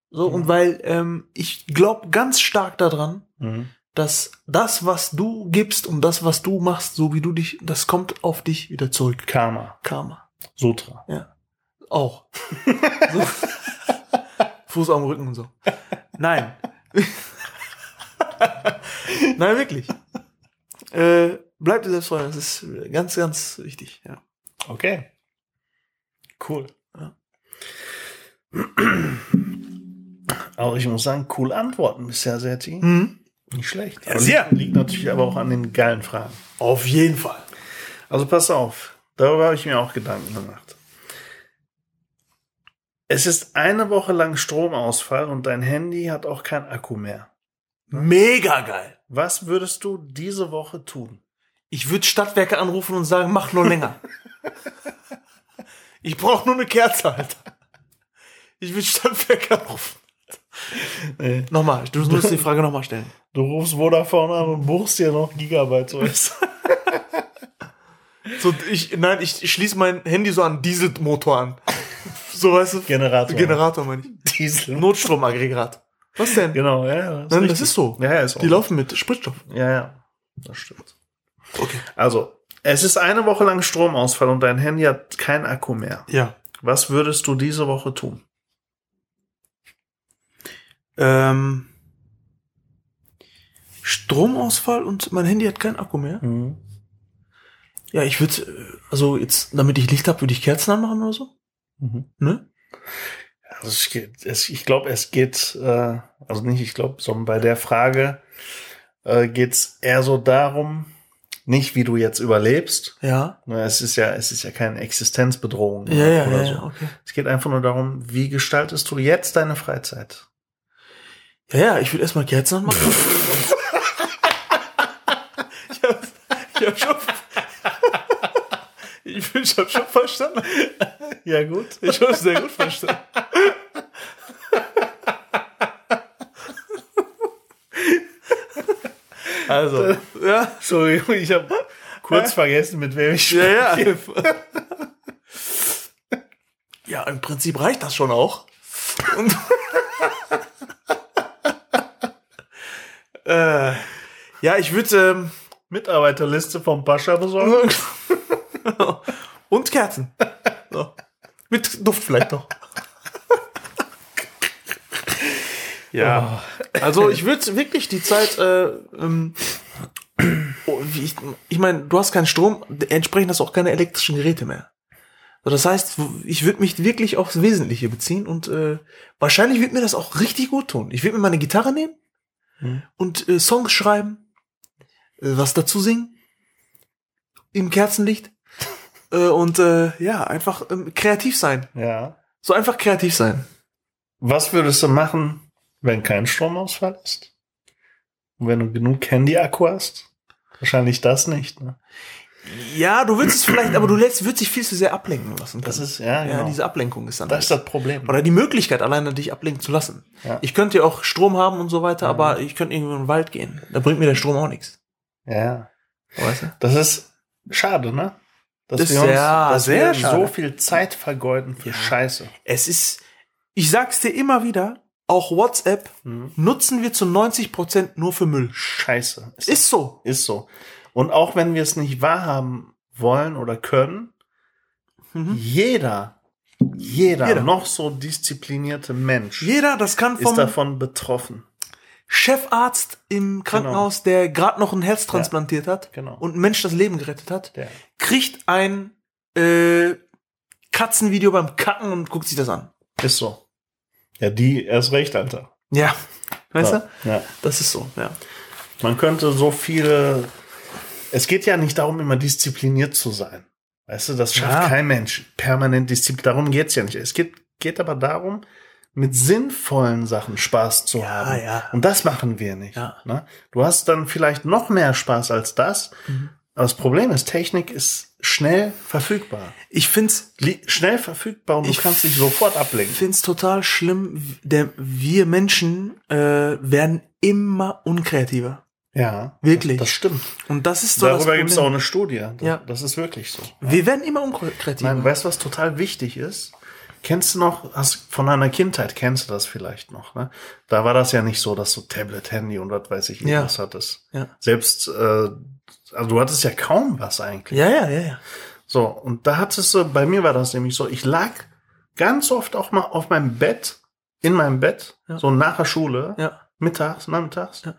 Speaker 2: So,
Speaker 1: Ja.
Speaker 2: und weil ähm, ich glaube ganz stark daran,
Speaker 1: Mhm.
Speaker 2: dass das, was du gibst und das, was du machst, so wie du dich, das kommt auf dich wieder zurück.
Speaker 1: Karma.
Speaker 2: Karma.
Speaker 1: Sutra.
Speaker 2: Auch. so. Fuß am Rücken und so. Nein. Nein, wirklich. Äh, bleibt dir selbst treu, das ist ganz, ganz wichtig. Ja.
Speaker 1: Okay. Cool.
Speaker 2: Ja.
Speaker 1: Aber ich muss sagen, cool Antworten bisher, Serti.
Speaker 2: Mhm.
Speaker 1: Nicht schlecht.
Speaker 2: Ja, sehr.
Speaker 1: Liegt natürlich aber auch an den geilen Fragen.
Speaker 2: Auf jeden Fall.
Speaker 1: Also pass auf, darüber habe ich mir auch Gedanken gemacht. Es ist eine Woche lang Stromausfall und dein Handy hat auch keinen Akku mehr.
Speaker 2: Mega geil.
Speaker 1: Was würdest du diese Woche tun?
Speaker 2: Ich würde Stadtwerke anrufen und sagen, mach nur länger. ich brauche nur eine Kerze, Alter. Ich würde Stadtwerke anrufen. Nochmal, du musst die Frage nochmal stellen.
Speaker 1: Du rufst Vodafone an und buchst dir noch Gigabyte Zeug.
Speaker 2: So, ich, nein, ich, ich schließe mein Handy so an Dieselmotor an. So weißt du?
Speaker 1: Generator.
Speaker 2: Generator meine ich.
Speaker 1: Diesel.
Speaker 2: Notstromaggregat. Was denn?
Speaker 1: Genau, ja.
Speaker 2: nein,
Speaker 1: richtig.
Speaker 2: das ist so.
Speaker 1: Ja, ja, ist auch.
Speaker 2: Die laufen mit Spritstoff.
Speaker 1: ja, ja. Das stimmt.
Speaker 2: Okay.
Speaker 1: Also, es ist eine Woche lang Stromausfall und dein Handy hat keinen Akku mehr.
Speaker 2: Ja.
Speaker 1: Was würdest du diese Woche tun?
Speaker 2: Ähm, Stromausfall und mein Handy hat keinen Akku mehr.
Speaker 1: Mhm,
Speaker 2: Ja, ich würde, also jetzt, damit ich Licht habe, würde ich Kerzen anmachen oder so.
Speaker 1: Mhm.
Speaker 2: Ne?
Speaker 1: Also es geht, es, ich glaube, es geht, äh, also nicht, ich glaube, sondern bei der Frage äh, geht's eher so darum, nicht wie du jetzt überlebst.
Speaker 2: Ja.
Speaker 1: Ne, Es ist ja, es ist ja keine Existenzbedrohung
Speaker 2: Ja, ja,
Speaker 1: oder
Speaker 2: ja,
Speaker 1: so.
Speaker 2: ja, okay.
Speaker 1: Es geht einfach nur darum, wie gestaltest du jetzt deine Freizeit?
Speaker 2: Ja, ja, ich würde erstmal Kerzen anmachen. ich hab, ich hab schon. ich, bin, ich hab schon verstanden.
Speaker 1: Ja, gut.
Speaker 2: Ich hab's sehr gut verstanden. Also, ja,
Speaker 1: Entschuldigung, ich habe kurz vergessen, mit wem ich spreche.
Speaker 2: ja, ja. Ja, im Prinzip reicht das schon auch. Und äh, ja, ich würde. Ähm,
Speaker 1: Mitarbeiterliste vom Pascha besorgen.
Speaker 2: Und Kerzen. So. Mit Duft vielleicht noch. ja. Also ich würde wirklich die Zeit, äh, ähm, oh, wie ich, ich meine, du hast keinen Strom, entsprechend hast du auch keine elektrischen Geräte mehr. So, das heißt, ich würde mich wirklich aufs Wesentliche beziehen und äh, wahrscheinlich wird mir das auch richtig gut tun. Ich würde mir meine Gitarre nehmen
Speaker 1: Mhm.
Speaker 2: und äh, Songs schreiben, äh, was dazu singen, im Kerzenlicht äh, und äh, ja, einfach ähm, kreativ sein.
Speaker 1: Ja.
Speaker 2: So einfach kreativ sein.
Speaker 1: Was würdest du machen, wenn kein Stromausfall ist? Und wenn du genug Handy-Akku hast? Wahrscheinlich das nicht, ne?
Speaker 2: Ja, du willst es vielleicht, aber du lässt, wird sich viel zu sehr ablenken lassen.
Speaker 1: Das
Speaker 2: können.
Speaker 1: ist, ja,
Speaker 2: ja,
Speaker 1: genau.
Speaker 2: diese Ablenkung Ah, ist dann.
Speaker 1: das ist das Problem.
Speaker 2: oder die Möglichkeit, alleine dich ablenken zu lassen.
Speaker 1: Ja.
Speaker 2: Ich könnte ja Mhm. auch Strom haben und so weiter, aber ich könnte irgendwo in den Wald gehen. Da bringt mir der Strom auch nichts.
Speaker 1: Ja.
Speaker 2: Weißt du?
Speaker 1: Das ist schade, ne? Dass
Speaker 2: Das ist sehr-
Speaker 1: dass
Speaker 2: sehr
Speaker 1: wir so
Speaker 2: schade.
Speaker 1: viel Zeit vergeuden für
Speaker 2: Ja.
Speaker 1: Scheiße.
Speaker 2: Es ist, ich sag's dir immer wieder, auch WhatsApp nutzen wir zu 90% nur für Müll.
Speaker 1: Hm? Scheiße. Ist,
Speaker 2: Ist so.
Speaker 1: ist so. Und auch wenn wir es nicht wahrhaben wollen oder können,
Speaker 2: Mhm.
Speaker 1: jeder, jeder,
Speaker 2: Jeder.
Speaker 1: noch so disziplinierte Mensch
Speaker 2: Jeder, das kann
Speaker 1: ist
Speaker 2: vom
Speaker 1: davon betroffen.
Speaker 2: Chefarzt im Krankenhaus, der gerade noch ein Herz transplantiert hat
Speaker 1: Genau.
Speaker 2: und ein Mensch das Leben gerettet hat,
Speaker 1: Der.
Speaker 2: kriegt ein äh, Katzenvideo beim Kacken und guckt sich das an.
Speaker 1: Ist so. Ja, die erst recht, Alter.
Speaker 2: Ja. Weißt du?
Speaker 1: ja. ja.
Speaker 2: Das ist so, ja.
Speaker 1: Man könnte so viele. Es geht ja nicht darum, immer diszipliniert zu sein. Weißt du, das schafft
Speaker 2: Ja.
Speaker 1: kein Mensch. Permanent diszipliniert. Darum geht's ja nicht. Es geht, geht aber darum, mit sinnvollen Sachen Spaß zu haben.
Speaker 2: ja.
Speaker 1: Und das machen wir nicht.
Speaker 2: Ja.
Speaker 1: Ne? Du hast dann vielleicht noch mehr Spaß als das.
Speaker 2: Mhm.
Speaker 1: Aber das Problem ist, Technik ist schnell verfügbar.
Speaker 2: Ich find's,
Speaker 1: Li schnell verfügbar und
Speaker 2: Ich
Speaker 1: du kannst dich sofort ablenken.
Speaker 2: find's total schlimm, der, wir Menschen äh, werden immer unkreativer.
Speaker 1: Ja.
Speaker 2: Wirklich.
Speaker 1: Das stimmt.
Speaker 2: Und das ist so
Speaker 1: Darüber
Speaker 2: das
Speaker 1: gibt es auch
Speaker 2: Problem.
Speaker 1: eine Studie. Das,
Speaker 2: Ja.
Speaker 1: das ist wirklich so.
Speaker 2: Wir werden immer unkreativer.
Speaker 1: Nein, weißt du, was total wichtig ist? Kennst du noch, hast, von deiner Kindheit kennst du das vielleicht noch, ne? Da war das ja nicht so, dass du Tablet, Handy und was weiß ich
Speaker 2: Ja.
Speaker 1: irgendwas hattest.
Speaker 2: Ja.
Speaker 1: Selbst, äh, also du hattest ja kaum was eigentlich.
Speaker 2: ja, ja, ja, ja.
Speaker 1: So, und da hattest du, bei mir war das nämlich so, ich lag ganz oft auch mal auf meinem Bett, in meinem Bett,
Speaker 2: Ja.
Speaker 1: so nach der Schule,
Speaker 2: Ja,
Speaker 1: mittags, nachmittags,
Speaker 2: Ja.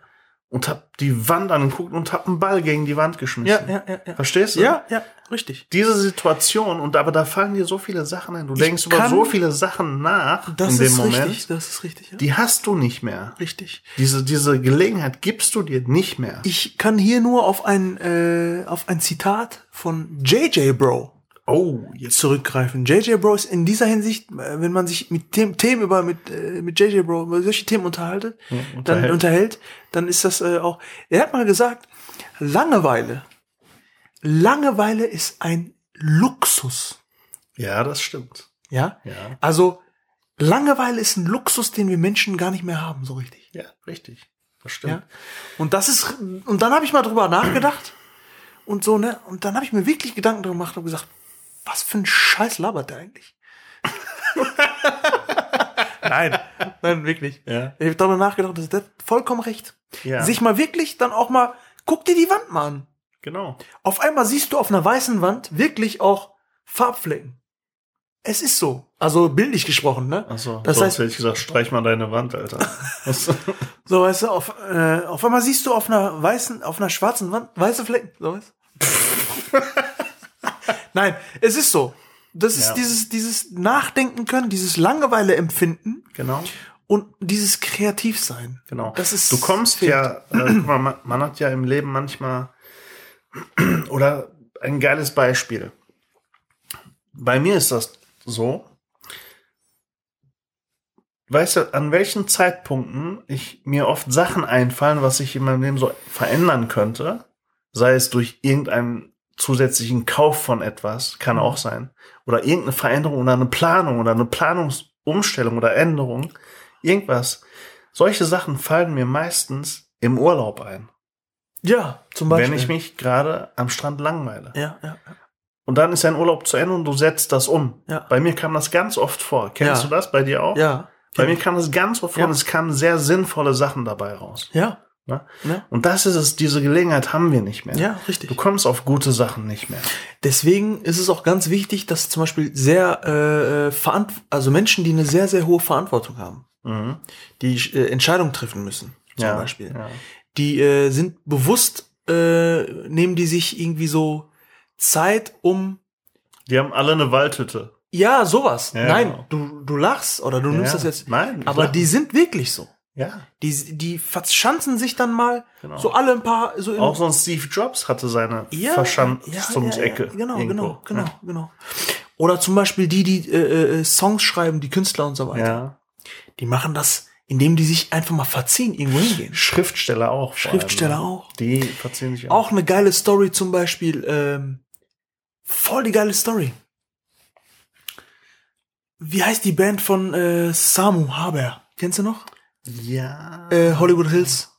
Speaker 1: und hab die Wand angeguckt und hab einen Ball gegen die Wand geschmissen.
Speaker 2: ja, ja, ja. ja.
Speaker 1: Verstehst du?
Speaker 2: Ja, ja, richtig.
Speaker 1: diese Situation und aber da fallen dir so viele Sachen ein. Du denkst über
Speaker 2: kann-
Speaker 1: so viele Sachen nach
Speaker 2: Das
Speaker 1: in dem
Speaker 2: ist
Speaker 1: Moment.
Speaker 2: richtig, das ist richtig, ja.
Speaker 1: Die hast du nicht mehr.
Speaker 2: Richtig.
Speaker 1: Diese, diese Gelegenheit gibst du dir nicht mehr.
Speaker 2: Ich kann hier nur auf ein, äh, auf ein Zitat von JJ Bro
Speaker 1: Oh,
Speaker 2: zurückgreifen. JJ Bro ist in dieser Hinsicht, äh, wenn man sich mit Themen, Themen über mit äh, mit JJ Bro über solche Themen unterhaltet, dann
Speaker 1: unterhält.
Speaker 2: unterhält, dann ist das äh, auch. Er hat mal gesagt, Langeweile. Langeweile ist ein Luxus.
Speaker 1: Ja, das stimmt.
Speaker 2: Ja?
Speaker 1: Ja.
Speaker 2: Also Langeweile ist ein Luxus, den wir Menschen gar nicht mehr haben, so richtig.
Speaker 1: Ja, richtig. Das
Speaker 2: Ja?
Speaker 1: stimmt.
Speaker 2: Und das ist und dann habe ich mal drüber nachgedacht und so ne und dann habe ich mir wirklich Gedanken drüber gemacht und gesagt, was für ein Scheiß labert der eigentlich? nein, nein wirklich.
Speaker 1: Ja.
Speaker 2: Ich habe darüber nachgedacht, das hat vollkommen recht.
Speaker 1: Ja.
Speaker 2: Sich mal wirklich dann auch mal guck dir die Wand mal an.
Speaker 1: Genau.
Speaker 2: Auf einmal siehst du auf einer weißen Wand wirklich auch Farbflecken. Es ist so. Also bildlich gesprochen, ne?
Speaker 1: Achso,
Speaker 2: Das
Speaker 1: sonst
Speaker 2: heißt-
Speaker 1: hätte ich gesagt, streich mal deine Wand, Alter. Das-
Speaker 2: So, weißt du, auf, äh, auf einmal siehst du auf einer weißen, auf einer schwarzen Wand weiße Flecken. So, weißt du? Nein, es ist so. Das ist
Speaker 1: Ja.
Speaker 2: dieses, dieses Nachdenken können, dieses Langeweile empfinden
Speaker 1: genau.
Speaker 2: und dieses Kreativsein.
Speaker 1: Genau.
Speaker 2: Das ist
Speaker 1: du kommst
Speaker 2: fehlt.
Speaker 1: ja, äh, guck mal, man, man hat ja im Leben manchmal oder ein geiles Beispiel. Bei mir ist das so. Weißt du, an welchen Zeitpunkten ich mir oft Sachen einfallen, was ich in meinem Leben so verändern könnte, sei es durch irgendeinen zusätzlichen Kauf von etwas, kann auch sein, oder irgendeine Veränderung oder eine Planung oder eine Planungsumstellung oder Änderung, irgendwas. Solche Sachen fallen mir meistens im Urlaub ein,
Speaker 2: Ja, zum Beispiel.
Speaker 1: wenn ich mich gerade am Strand langweile.
Speaker 2: Ja, ja,
Speaker 1: Und dann ist dein Urlaub zu Ende und du setzt das um.
Speaker 2: Ja.
Speaker 1: Bei mir kam das ganz oft vor. Kennst
Speaker 2: Ja.
Speaker 1: du das bei dir auch?
Speaker 2: ja.
Speaker 1: Bei mir kam das ganz oft vor
Speaker 2: Ja.
Speaker 1: und es kamen sehr sinnvolle Sachen dabei raus.
Speaker 2: Ja,
Speaker 1: Ne?
Speaker 2: ja,
Speaker 1: Und das ist es, diese Gelegenheit haben wir nicht mehr.
Speaker 2: ja,
Speaker 1: Du
Speaker 2: richtig.
Speaker 1: kommst auf gute Sachen nicht mehr.
Speaker 2: Deswegen ist es auch ganz wichtig, dass zum Beispiel sehr, äh, äh, verant also Menschen, die eine sehr, sehr hohe Verantwortung haben,
Speaker 1: Mhm.
Speaker 2: die äh, Entscheidungen treffen müssen, zum
Speaker 1: ja.
Speaker 2: Beispiel.
Speaker 1: Ja.
Speaker 2: die äh, sind bewusst, äh, nehmen die sich irgendwie so Zeit um,
Speaker 1: Die haben alle eine Waldhütte.
Speaker 2: ja, sowas.
Speaker 1: Ja,
Speaker 2: Nein,
Speaker 1: genau.
Speaker 2: du, du lachst oder du
Speaker 1: Ja,
Speaker 2: nimmst
Speaker 1: ja.
Speaker 2: das jetzt.
Speaker 1: Nein, ich
Speaker 2: aber
Speaker 1: lach.
Speaker 2: die sind wirklich so.
Speaker 1: Ja,
Speaker 2: Die, die verschanzen sich dann mal
Speaker 1: genau.
Speaker 2: so alle ein paar, so in
Speaker 1: auch so ein Steve Jobs hatte seine Verschanzungsecke.
Speaker 2: genau,
Speaker 1: irgendwo. ne?
Speaker 2: genau, genau, genau. Oder zum Beispiel die, die äh, äh, Songs schreiben, die Künstler und so
Speaker 1: Ja.
Speaker 2: weiter.
Speaker 1: ja.
Speaker 2: Die machen das, indem die sich einfach mal verziehen, irgendwo hingehen.
Speaker 1: Schriftsteller auch. vor
Speaker 2: Schriftsteller
Speaker 1: allem, ne?
Speaker 2: auch.
Speaker 1: Die verziehen sich
Speaker 2: Auch eine geile Story zum Beispiel. Ähm, voll die geile Story. Wie heißt die Band von äh, Samu Haber? Kennst du noch?
Speaker 1: Ja.
Speaker 2: Äh, Hollywood Hills.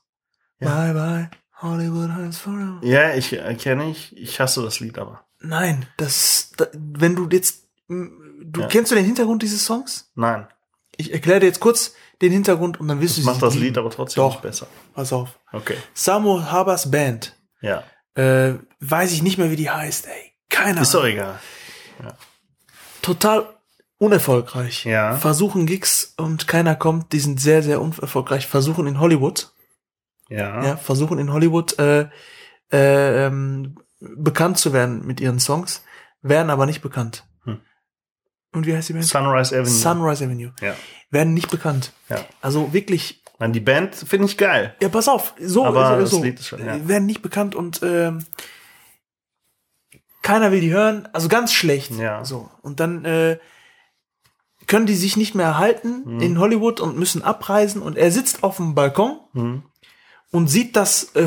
Speaker 1: Ja.
Speaker 2: Bye bye, Hollywood Hills forever.
Speaker 1: Ja, ich äh, kenne ich. Ich hasse das Lied aber.
Speaker 2: Nein, das, da, wenn du jetzt, m, du
Speaker 1: Ja.
Speaker 2: kennst du den Hintergrund dieses Songs?
Speaker 1: Nein.
Speaker 2: Ich erkläre dir jetzt kurz den Hintergrund und dann wirst du
Speaker 1: Das
Speaker 2: sie
Speaker 1: macht das
Speaker 2: lieben.
Speaker 1: Lied aber trotzdem
Speaker 2: Doch.
Speaker 1: nicht besser.
Speaker 2: Pass auf.
Speaker 1: Okay.
Speaker 2: Samu Habers Band.
Speaker 1: Ja.
Speaker 2: Äh, weiß ich nicht mehr, wie die heißt, ey. Keine
Speaker 1: Ist
Speaker 2: Ahnung.
Speaker 1: doch egal.
Speaker 2: total unerfolgreich.
Speaker 1: Ja.
Speaker 2: Versuchen Gigs und keiner kommt. Die sind sehr, sehr unerfolgreich. Versuchen in Hollywood,
Speaker 1: Ja.
Speaker 2: ja, versuchen in Hollywood äh, äh, ähm, bekannt zu werden mit ihren Songs, werden aber nicht bekannt.
Speaker 1: Hm.
Speaker 2: Und wie heißt die Band?
Speaker 1: Sunrise Avenue.
Speaker 2: Sunrise Avenue.
Speaker 1: ja.
Speaker 2: Werden nicht bekannt.
Speaker 1: Ja.
Speaker 2: Also wirklich,
Speaker 1: Nein, die Band finde ich geil.
Speaker 2: ja, pass auf, so,
Speaker 1: Aber das
Speaker 2: so, so.
Speaker 1: Lied ist schon, ja.
Speaker 2: Äh, werden nicht bekannt und ähm, keiner will die hören, also ganz schlecht.
Speaker 1: Ja.
Speaker 2: So. Und dann äh, können die sich nicht mehr erhalten
Speaker 1: Mhm.
Speaker 2: in Hollywood und müssen abreisen und er sitzt auf dem Balkon
Speaker 1: Hm.
Speaker 2: und sieht das äh,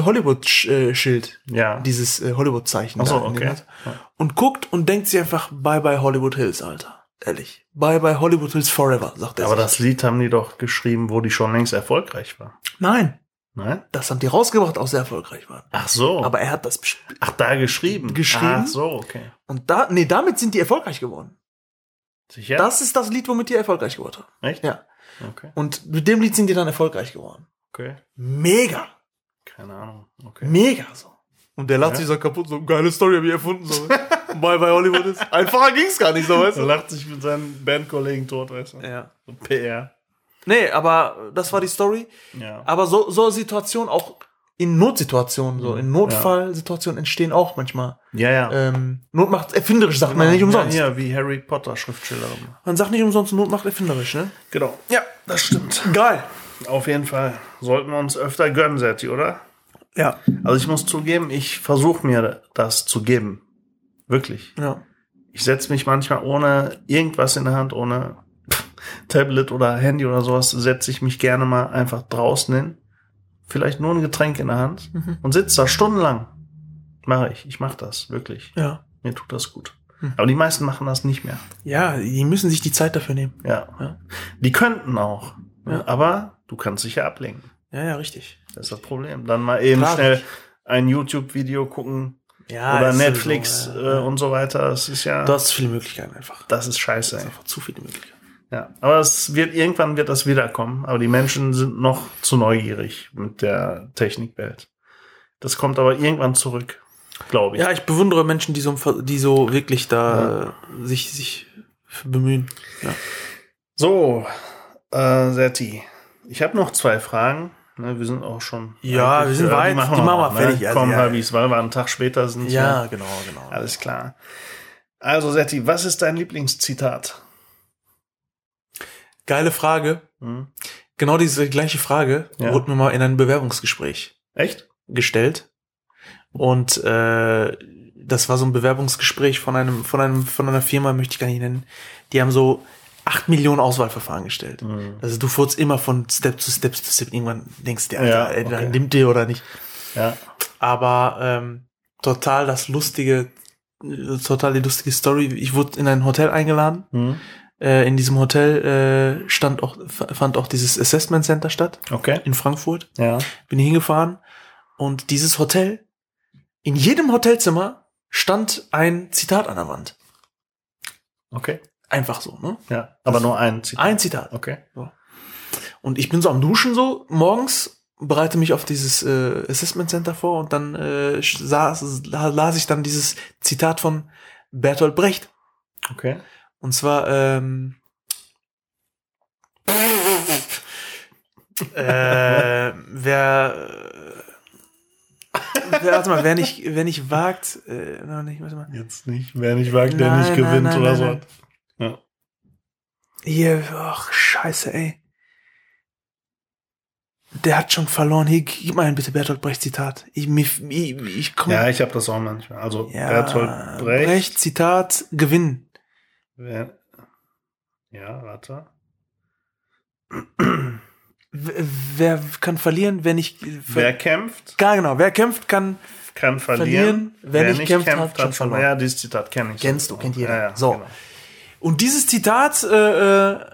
Speaker 2: Hollywood-Schild,
Speaker 1: Ja.
Speaker 2: dieses äh, Hollywood-Zeichen.
Speaker 1: Ach so,
Speaker 2: da in dem
Speaker 1: okay.
Speaker 2: Land. Und guckt und denkt sich einfach, bye bye Hollywood Hills, Alter. Ehrlich. Bye bye Hollywood Hills forever, sagt er.
Speaker 1: aber
Speaker 2: sich.
Speaker 1: das Lied haben die doch geschrieben, wo die schon längst erfolgreich war.
Speaker 2: Nein,
Speaker 1: Nein?
Speaker 2: das haben die rausgebracht, auch sehr erfolgreich waren.
Speaker 1: Ach so.
Speaker 2: Aber er hat das bestimmt.
Speaker 1: Ach, da geschrieben.
Speaker 2: Geschrieben?
Speaker 1: Ach so, okay.
Speaker 2: Und da, nee, damit sind die erfolgreich geworden.
Speaker 1: Sicher?
Speaker 2: Das ist das Lied, womit die erfolgreich geworden haben.
Speaker 1: Echt?
Speaker 2: Ja.
Speaker 1: Okay.
Speaker 2: Und mit dem Lied sind die dann erfolgreich geworden.
Speaker 1: Okay.
Speaker 2: Mega.
Speaker 1: Keine Ahnung. Okay.
Speaker 2: Mega so. Und der lacht
Speaker 1: Ja.
Speaker 2: sich so kaputt, so geile Story hab ich erfunden. So. bye bye Hollywood ist. Einfacher ging's gar nicht, so weißt
Speaker 1: Er
Speaker 2: du.
Speaker 1: lacht sich mit seinen Bandkollegen tot, weißt du?
Speaker 2: Ja.
Speaker 1: Und PR.
Speaker 2: Nee, aber das war die Story.
Speaker 1: Ja.
Speaker 2: Aber so, so Situationen auch in Notsituationen, so in Notfallsituationen entstehen auch manchmal.
Speaker 1: Ja, ja.
Speaker 2: Ähm, Not macht erfinderisch, sagt man Genau. ja nicht umsonst.
Speaker 1: Äh, Ja, ja, wie Harry Potter Schriftstellerin.
Speaker 2: Man sagt nicht umsonst, Not macht erfinderisch, ne?
Speaker 1: Genau. Ja, das stimmt.
Speaker 2: Geil.
Speaker 1: Auf jeden Fall. Sollten wir uns öfter gönnen, Setti, oder?
Speaker 2: Ja.
Speaker 1: Also ich muss zugeben, ich versuche mir das zu geben. Wirklich.
Speaker 2: Ja.
Speaker 1: Ich setze mich manchmal ohne irgendwas in der Hand, ohne Tablet oder Handy oder sowas, setze ich mich gerne mal einfach draußen hin. Vielleicht nur ein Getränk in der Hand
Speaker 2: Mhm.
Speaker 1: und sitze da stundenlang. Mache ich. Ich mache das, wirklich.
Speaker 2: Ja.
Speaker 1: Mir tut das gut.
Speaker 2: Mhm.
Speaker 1: Aber die meisten machen das nicht mehr.
Speaker 2: Ja, die müssen sich die Zeit dafür nehmen.
Speaker 1: Ja.
Speaker 2: Ja.
Speaker 1: Die könnten auch.
Speaker 2: Ja.
Speaker 1: Aber du kannst dich ja ablenken.
Speaker 2: Ja, ja, richtig.
Speaker 1: Das ist das Problem. Dann mal eben
Speaker 2: Klar.
Speaker 1: schnell ein YouTube-Video gucken
Speaker 2: Ja,
Speaker 1: oder
Speaker 2: ist
Speaker 1: Netflix
Speaker 2: sowieso, ja.
Speaker 1: äh, und so weiter. Das ist ja,
Speaker 2: Du
Speaker 1: das,
Speaker 2: hast zu viele Möglichkeiten einfach.
Speaker 1: ist
Speaker 2: Du
Speaker 1: scheiße.
Speaker 2: hast
Speaker 1: Ey.
Speaker 2: einfach zu viele Möglichkeiten.
Speaker 1: Ja. Aber es wird, irgendwann wird das wiederkommen. Aber die Menschen sind noch zu neugierig mit der Technikwelt. Das kommt aber irgendwann zurück, glaube ich.
Speaker 2: Ja, ich bewundere Menschen, die so, ver- die so wirklich da äh, sich, sich für bemühen. Ja.
Speaker 1: So, äh, Setti, ich habe noch zwei Fragen. Ne, wir sind auch schon.
Speaker 2: Ja,
Speaker 1: eigentlich,
Speaker 2: wir sind
Speaker 1: äh,
Speaker 2: weit.
Speaker 1: Die machen wir,
Speaker 2: Die machen wir
Speaker 1: noch,
Speaker 2: fertig,
Speaker 1: Ne?
Speaker 2: also,
Speaker 1: Komm,
Speaker 2: ja.
Speaker 1: ja. weil wir einen Tag später sind.
Speaker 2: ja,
Speaker 1: ne?
Speaker 2: genau, genau.
Speaker 1: Alles klar. Also, Setti, was ist dein Lieblingszitat?
Speaker 2: Geile Frage.
Speaker 1: Hm?
Speaker 2: Genau diese gleiche Frage
Speaker 1: Ja.
Speaker 2: wurde mir mal in einem Bewerbungsgespräch
Speaker 1: Echt?
Speaker 2: gestellt. Und äh, das war so ein Bewerbungsgespräch von einem, von einem, von einer Firma, möchte ich gar nicht nennen. Die haben so acht Millionen Auswahlverfahren gestellt.
Speaker 1: Mhm.
Speaker 2: Also du furzt immer von Step zu Step zu Step. Irgendwann denkst du, dir,
Speaker 1: Ja,
Speaker 2: Alter, entweder
Speaker 1: okay.
Speaker 2: nimmt dir oder nicht.
Speaker 1: Ja.
Speaker 2: Aber ähm, total das lustige, äh, total die lustige Story. Ich wurde in ein Hotel eingeladen.
Speaker 1: Hm?
Speaker 2: Äh, in diesem Hotel äh, stand auch, f- fand auch dieses Assessment Center statt
Speaker 1: Okay.
Speaker 2: in Frankfurt.
Speaker 1: Ja.
Speaker 2: Bin ich hingefahren und dieses Hotel, in jedem Hotelzimmer stand ein Zitat an der Wand.
Speaker 1: Okay.
Speaker 2: Einfach so, ne?
Speaker 1: Ja. Aber nur ein Zitat.
Speaker 2: Ein Zitat.
Speaker 1: Okay.
Speaker 2: Und ich bin so am Duschen so morgens, bereite mich auf dieses äh, Assessment Center vor und dann äh, sch- saß, la- las ich dann dieses Zitat von Bertolt Brecht.
Speaker 1: Okay.
Speaker 2: Und zwar, ähm, äh, wer, äh, wer, warte mal, wer nicht, wer nicht wagt, äh, na, nicht, warte mal.
Speaker 1: Jetzt nicht. Wer nicht wagt, der
Speaker 2: Nein,
Speaker 1: nicht
Speaker 2: nein,
Speaker 1: gewinnt
Speaker 2: nein,
Speaker 1: oder
Speaker 2: nein, nein.
Speaker 1: so. Ja.
Speaker 2: Hier, ach, scheiße, ey. der hat schon verloren. Hier, gib mal ein bitte Bertolt Brecht Zitat. Ich, mir, ich, ich komme.
Speaker 1: Ja, ich habe das auch manchmal. Also Bertolt Brecht.
Speaker 2: Zitat, Gewinn.
Speaker 1: Wer, ja, warte.
Speaker 2: W- Wer kann verlieren, wer nicht.
Speaker 1: Wer kämpft,
Speaker 2: Gar genau, wer kämpft, kann.
Speaker 1: kann verlieren.
Speaker 2: Verlieren. Wer nicht kämpft, hat schon verloren.
Speaker 1: Ja, dieses Zitat kenne ich.
Speaker 2: Kennst du, kennt jeder.
Speaker 1: Ja, ja,
Speaker 2: So.
Speaker 1: Genau.
Speaker 2: Und dieses Zitat äh, äh,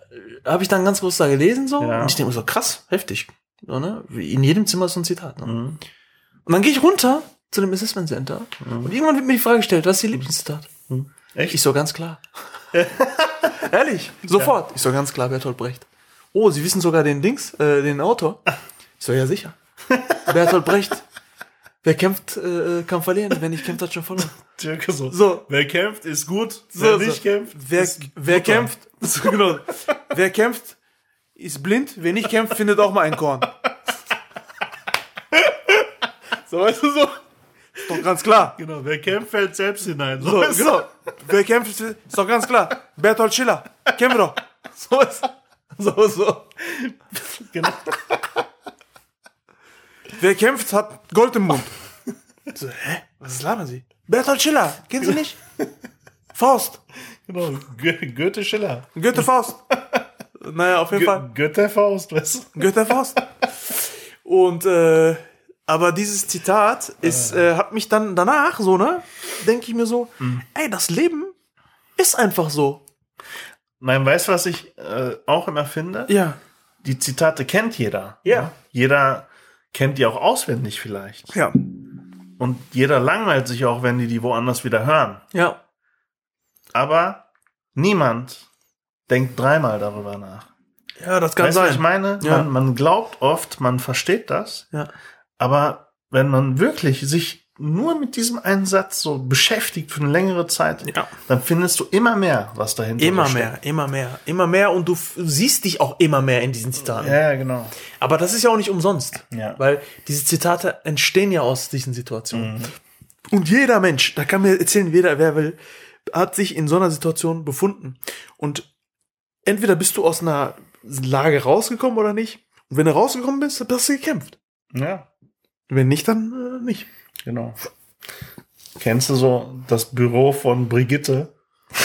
Speaker 2: habe ich dann ganz groß da gelesen so.
Speaker 1: Ja.
Speaker 2: Und ich denke mir so, krass, heftig. So, ne? Wie In jedem Zimmer ist so ein Zitat. Ne?
Speaker 1: Mhm.
Speaker 2: Und dann gehe ich runter zu dem Assessment Center. Und irgendwann wird mir die Frage gestellt, was ist Ihr Lieblingszitat?
Speaker 1: Echt?
Speaker 2: Hm? Ich so ganz klar. Ehrlich, sofort. Ich so ganz klar, Bertolt Brecht. Oh, Sie wissen sogar den Dings, äh, den Autor. Ich so, ja sicher. Bertolt Brecht. Wer kämpft, äh, kann verlieren. Wer nicht kämpft, hat schon verloren.
Speaker 1: Türke so.
Speaker 2: So.
Speaker 1: Wer kämpft, ist gut.
Speaker 2: So,
Speaker 1: wer nicht
Speaker 2: so.
Speaker 1: kämpft,
Speaker 2: Wer,
Speaker 1: ist
Speaker 2: wer
Speaker 1: guter.
Speaker 2: kämpft, so, genau. wer kämpft, ist blind. Wer nicht kämpft, findet auch mal ein Korn. so, weißt du so? Ist doch ganz klar.
Speaker 1: Genau, wer kämpft, fällt selbst hinein.
Speaker 2: So,
Speaker 1: ist-
Speaker 2: genau. Wer kämpft, ist ist doch ganz klar. Bertolt Schiller. Kennen wir doch. So ist So, so.
Speaker 1: genau.
Speaker 2: Wer kämpft, hat Gold im Mund. So, hä? Was labern Sie? Bertolt Schiller. Kennen Sie nicht? Faust.
Speaker 1: genau. Gö- Goethe Schiller.
Speaker 2: Goethe Faust. Naja, auf jeden Fall.
Speaker 1: Gö Goethe Faust, weißt du?
Speaker 2: Götterfaust. Und äh, aber dieses Zitat ist, äh, hat mich dann danach so, ne? Denke ich mir so,
Speaker 1: Hm.
Speaker 2: ey, das Leben ist einfach so.
Speaker 1: Nein, weißt du, was ich äh, auch immer finde?
Speaker 2: Ja.
Speaker 1: Die Zitate kennt jeder.
Speaker 2: Ja.
Speaker 1: ne? Jeder kennt die auch auswendig vielleicht.
Speaker 2: Ja.
Speaker 1: Und jeder langweilt sich auch, wenn die die woanders wieder hören.
Speaker 2: Ja.
Speaker 1: Aber niemand denkt dreimal darüber nach.
Speaker 2: Ja, das kann
Speaker 1: weißt du, was
Speaker 2: sein.
Speaker 1: ich meine?
Speaker 2: Ja.
Speaker 1: Man, man glaubt oft, man versteht das,
Speaker 2: ja.
Speaker 1: aber wenn man wirklich sich nur mit diesem einen Satz so beschäftigt für eine längere Zeit,
Speaker 2: Ja.
Speaker 1: dann findest du immer mehr, was dahinter
Speaker 2: Immer
Speaker 1: steckt.
Speaker 2: mehr, immer mehr, immer mehr und du f- siehst dich auch immer mehr in diesen Zitaten.
Speaker 1: Ja, ja, genau.
Speaker 2: Aber das ist ja auch nicht umsonst,
Speaker 1: Ja.
Speaker 2: weil diese Zitate entstehen ja aus diesen
Speaker 1: Mhm.
Speaker 2: Situationen. Und jeder Mensch, da kann mir erzählen, jeder, wer will, hat sich in so einer Situation befunden. Und entweder bist du aus einer Lage rausgekommen oder nicht. Und wenn du rausgekommen bist, dann hast du gekämpft.
Speaker 1: Ja,
Speaker 2: Wenn nicht, dann äh, nicht.
Speaker 1: genau. Kennst du so das Büro von Brigitte?